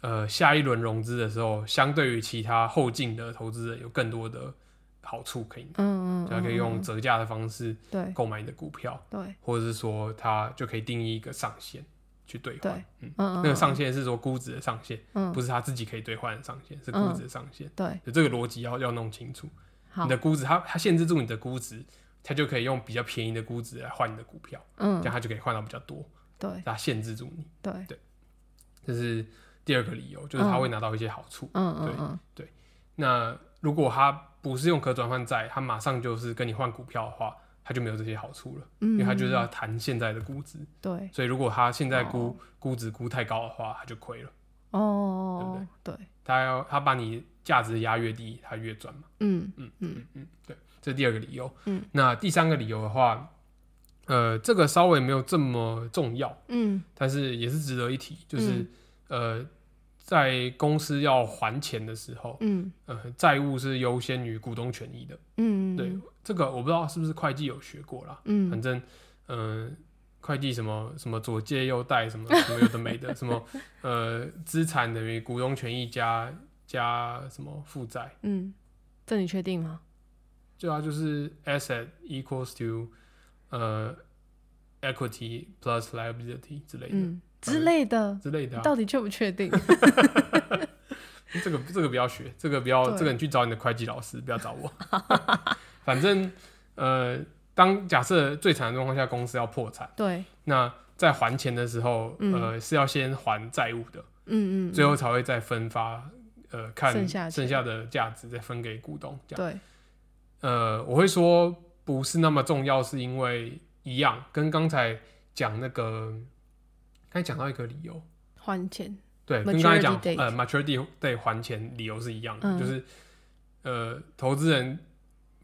S1: 呃下一轮融资的时候，相对于其他后进的投资人有更多的好处可以拿，
S2: 嗯，嗯嗯，
S1: 就他可以用
S2: 嗯，
S1: 折价的方式。
S2: 对
S1: 购买你的股票，
S2: 对
S1: 或者是说它就可以定义一个上限去兑
S2: 对
S1: 换。，
S2: 嗯嗯，
S1: 那个上
S2: 嗯，
S1: 限是说估值的上限，
S2: 嗯，
S1: 不
S2: 是，
S1: 是他自己可以兑换的上限，是估值的上限。
S2: 对，
S1: 就这个逻辑要要弄清楚。
S2: 好
S1: 你，的估值，它它限制住你的估值，它就可以用比较便宜的估值来换你的股票，
S2: 嗯
S1: 这，样它就可以换到比较多。
S2: 对
S1: 它限制住你，
S2: 对，
S1: 这是第二个理由，就是他
S2: 嗯
S1: 会拿到一些好处。
S2: 嗯嗯
S1: 对
S2: 嗯，
S1: 那如果他不是用可转换债，他马上就是跟你换股票的话，他就没有这些好处了，
S2: 嗯，
S1: 因为他就是要谈现在的估值。
S2: 对，
S1: 所以如果他现在估、
S2: 哦
S1: 估值估太高的话，他就亏了。
S2: 哦，对，
S1: 他要他把你价值压越低，他越赚嘛。
S2: 嗯
S1: 嗯
S2: 嗯
S1: 嗯，对，这是第二个理由。
S2: 嗯，
S1: 那第三个理由的话，呃，这个稍微没有这么重要，
S2: 嗯
S1: 但是也是值得一提，就是、
S2: 嗯
S1: 呃，在公司要还钱的时候，
S2: 嗯
S1: 呃，债务是优先于股东权益的。
S2: 嗯，
S1: 对，这个我不知道是不是会计有学过啦，
S2: 嗯，
S1: 反正嗯、呃会计什么什么左借右贷什么什么有的没的，什 么呃资产等于股东权益加加什么负债，
S2: 嗯，这你确定吗？
S1: 对啊，就是 asset equals to 呃 equity plus liability 之类的、
S2: 嗯
S1: 反
S2: 之
S1: 正
S2: 类的，
S1: 之类的、啊，
S2: 到底确不 确定？
S1: 这个这个不要学，这个不要，
S2: 对
S1: 这个你去找你的会计老师，不要找 我。反正呃，当假设最惨的状况下公司要破产，
S2: 对，
S1: 那在还钱的时候，
S2: 嗯
S1: 呃，是要先还债务的。
S2: 嗯嗯，
S1: 最后才会再分发，呃，看
S2: 剩下的钱
S1: 的价值再分给股东这样。
S2: 对，
S1: 呃，我会说不是那么重要，是因为一样跟刚才讲那个，刚才讲到一个理由，
S2: 还钱，
S1: 对，跟刚才讲
S2: Maturity date
S1: 呃 maturity day 还钱理由是一样的，
S2: 嗯
S1: 就是呃投资人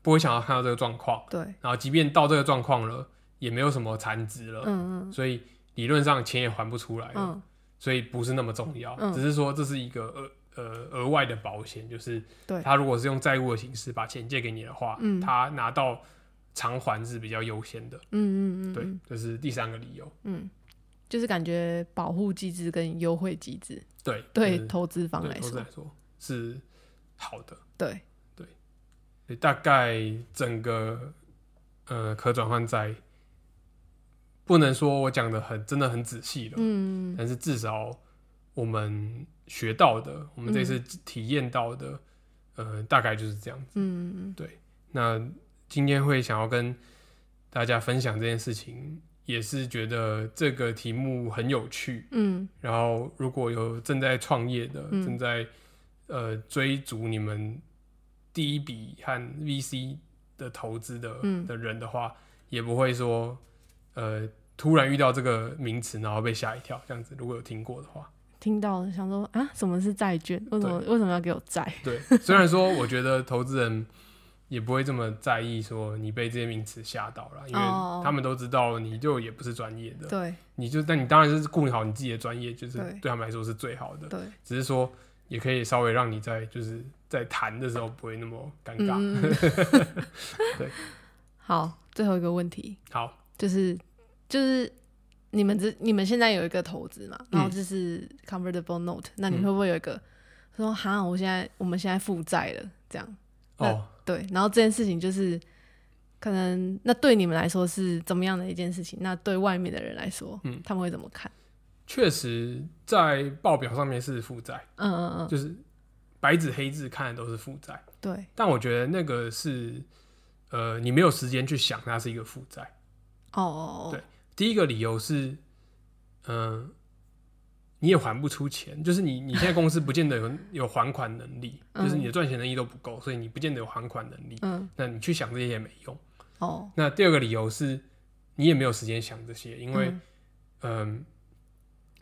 S1: 不会想要看到这个状况，
S2: 对，
S1: 然后即便到这个状况了，也没有什么残值了，
S2: 嗯嗯
S1: 所以理论上钱也还不出来了，
S2: 嗯，
S1: 所以不是那么重要，
S2: 嗯
S1: 只是说这是一个额呃额外的保险，就是
S2: 对
S1: 他如果是用债务的形式把钱借给你的话，
S2: 嗯
S1: 他拿到偿还是比较优先的，
S2: 嗯嗯嗯，
S1: 对
S2: 嗯，
S1: 这、是第三个理由，
S2: 嗯，就是感觉保护机制跟优惠机制
S1: 对
S2: 对
S1: 就是
S2: 投资方
S1: 对
S2: 来
S1: 投资
S2: 说
S1: 来，说是好的，
S2: 对，
S1: 所以大概整个呃可转换债不能说我讲的很真的很仔细了，
S2: 嗯，
S1: 但是至少我们学到的，我们这次体验到的，呃，大概就是这样。
S2: 嗯，
S1: 那今天会想要跟大家分享这件事情，也是觉得这个题目很有趣。
S2: 嗯，
S1: 然后，如果有正在创业的，
S2: 嗯
S1: 正在呃追逐你们第一笔和 VC 的投资的、
S2: 嗯
S1: 的人的话，也不会说呃突然遇到这个名词，然后被吓一跳这样子。如果有听过的话，
S2: 听到了，想说啊，什么是债券？为什么为什么要给我债？
S1: 对，虽然说我觉得投资人也不会这么在意说你被这些名词吓到了，因
S2: 哦
S1: 为他们都知道你就也不是专业的，
S2: 对
S1: 你就但你当然是顾好你自己的专业，就是
S2: 对
S1: 对他们来说是最好的。
S2: 对，
S1: 只是说也可以稍微让你在就是在谈的时候不会那么尴尬。
S2: 嗯，
S1: 对。
S2: 好，最后一个问题
S1: 好，
S2: 就是就是你们这你们现在有一个投资嘛，然后
S1: 嗯
S2: 就是 convertible note，、那你
S1: 嗯
S2: 会不会有一个说哈，我现在我们现在负债了这样？那
S1: 哦，
S2: 对，然后这件事情就是可能那对你们来说是怎么样的一件事情？那对外面的人来说，
S1: 嗯
S2: 他们会怎么看？
S1: 确实在报表上面是负债，
S2: 嗯嗯嗯，
S1: 就是白纸黑字看的都是负债，
S2: 对，
S1: 但我觉得那个是呃你没有时间去想它是一个负债。
S2: 哦哦哦，
S1: 对第一个理由是，嗯、你也还不出钱，就是你你现在公司不见得有 有还款能力，
S2: 嗯
S1: 就是你的赚钱能力都不够，所以你不见得有还款能力。
S2: 嗯，
S1: 那你去想这些也没用。
S2: 哦，
S1: 那第二个理由是，你也没有时间想这些，因为
S2: 嗯
S1: 嗯、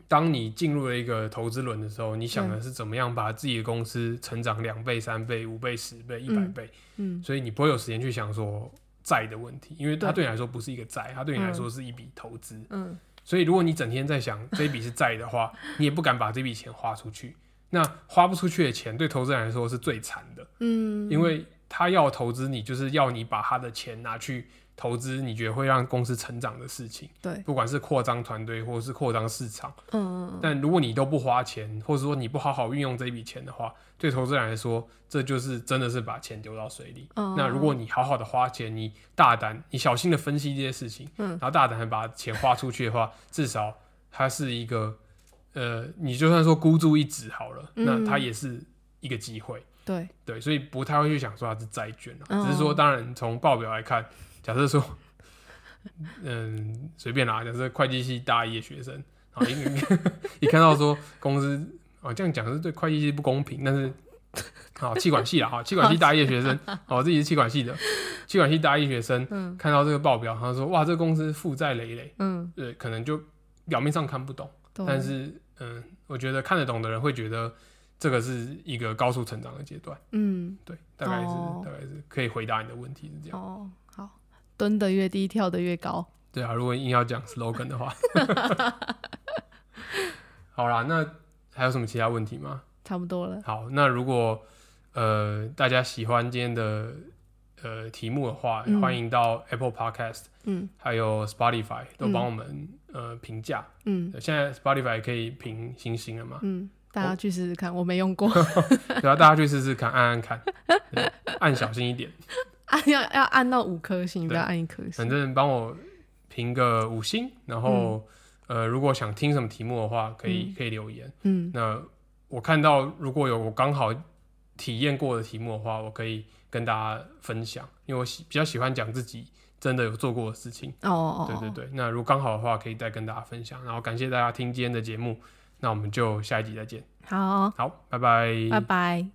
S1: 当你进入了一个投资轮的时候，你想的是怎么样把自己的公司成长两倍、三倍、五倍、十倍、一百
S2: 嗯
S1: 倍，
S2: 嗯
S1: 所以你不会有时间去想说债的问题，因为它对
S2: 对
S1: 你来说不是一个债，它对你来说是一笔投资。
S2: 嗯
S1: 所以如果你整天在想这一笔是债的话，你也不敢把这笔钱花出去。那花不出去的钱，对投资人来说是最惨的，
S2: 嗯，
S1: 因为他要投资你，就是要你把他的钱拿去投资你觉得会让公司成长的事情，
S2: 对，
S1: 不管是扩张团队或是扩张市场。
S2: 嗯嗯嗯，
S1: 但如果你都不花钱，或者说你不好好运用这一笔钱的话，对投资人来说，这就是真的是把钱丢到水里。
S2: 嗯
S1: 那如果你好好的花钱，你大胆、你小心的分析这些事情，
S2: 嗯
S1: 然后大胆的把钱花出去的话，至少它是一个，呃，你就算说孤注一掷好了，
S2: 嗯
S1: 那它也是一个机会。
S2: 对，
S1: 对，所以不太会去想说它是债券啊，
S2: 嗯
S1: 只是说，当然从报表来看，假设说，嗯，随便啦，假设会计系大一的学生，然后一 一看到说公司哦这样讲是对会计系不公平，但是好气管系啦，哈，气管系大一的学生，哦自己是气管系的，气管系大一学生
S2: 嗯
S1: 看到这个报表，他说哇，这个公司负债累累，
S2: 嗯，
S1: 对，可能就表面上看不懂，
S2: 懂
S1: 但是嗯，我觉得看得懂的人会觉得这个是一个高速成长的阶段。
S2: 嗯。
S1: 对，大概是、
S2: 哦
S1: 大概是可以回答你的问题是这样。
S2: 哦，好，蹲得越低，跳得越高。
S1: 对啊，如果硬要讲 slogan 的 话，好啦，那还有什么其他问题吗？
S2: 差不多了，
S1: 好，那如果呃大家喜欢今天的呃题目的话，
S2: 嗯
S1: 欢迎到 Apple Podcast
S2: 嗯
S1: 还有 Spotify 都
S2: 嗯
S1: 帮我们、呃评价。
S2: 嗯
S1: 现在 Spotify 也可以评星星了 嘛？
S2: 嗯，大家去试试看，我没用过，
S1: 对啊，大家去试试看，按按看，对按小心一点。
S2: 按要要按到五颗星，
S1: 对
S2: 不要按一颗
S1: 反
S2: 星。
S1: 正帮我评个五星，然后、呃，如果想听什么题目的话，可以、
S2: 嗯
S1: 可以留言。
S2: 嗯，
S1: 那我看到如果有我刚好体验过的题目的话，我可以跟大家分享，因为我喜比较喜欢讲自己真的有做过的事情。
S2: 哦哦，
S1: 对对
S2: 哦，
S1: 对，那如果刚好的话，可以再跟大家分享。然后感谢大家听今天的节目，那我们就下一集再见。
S2: 好，
S1: 好，拜拜，
S2: 拜拜。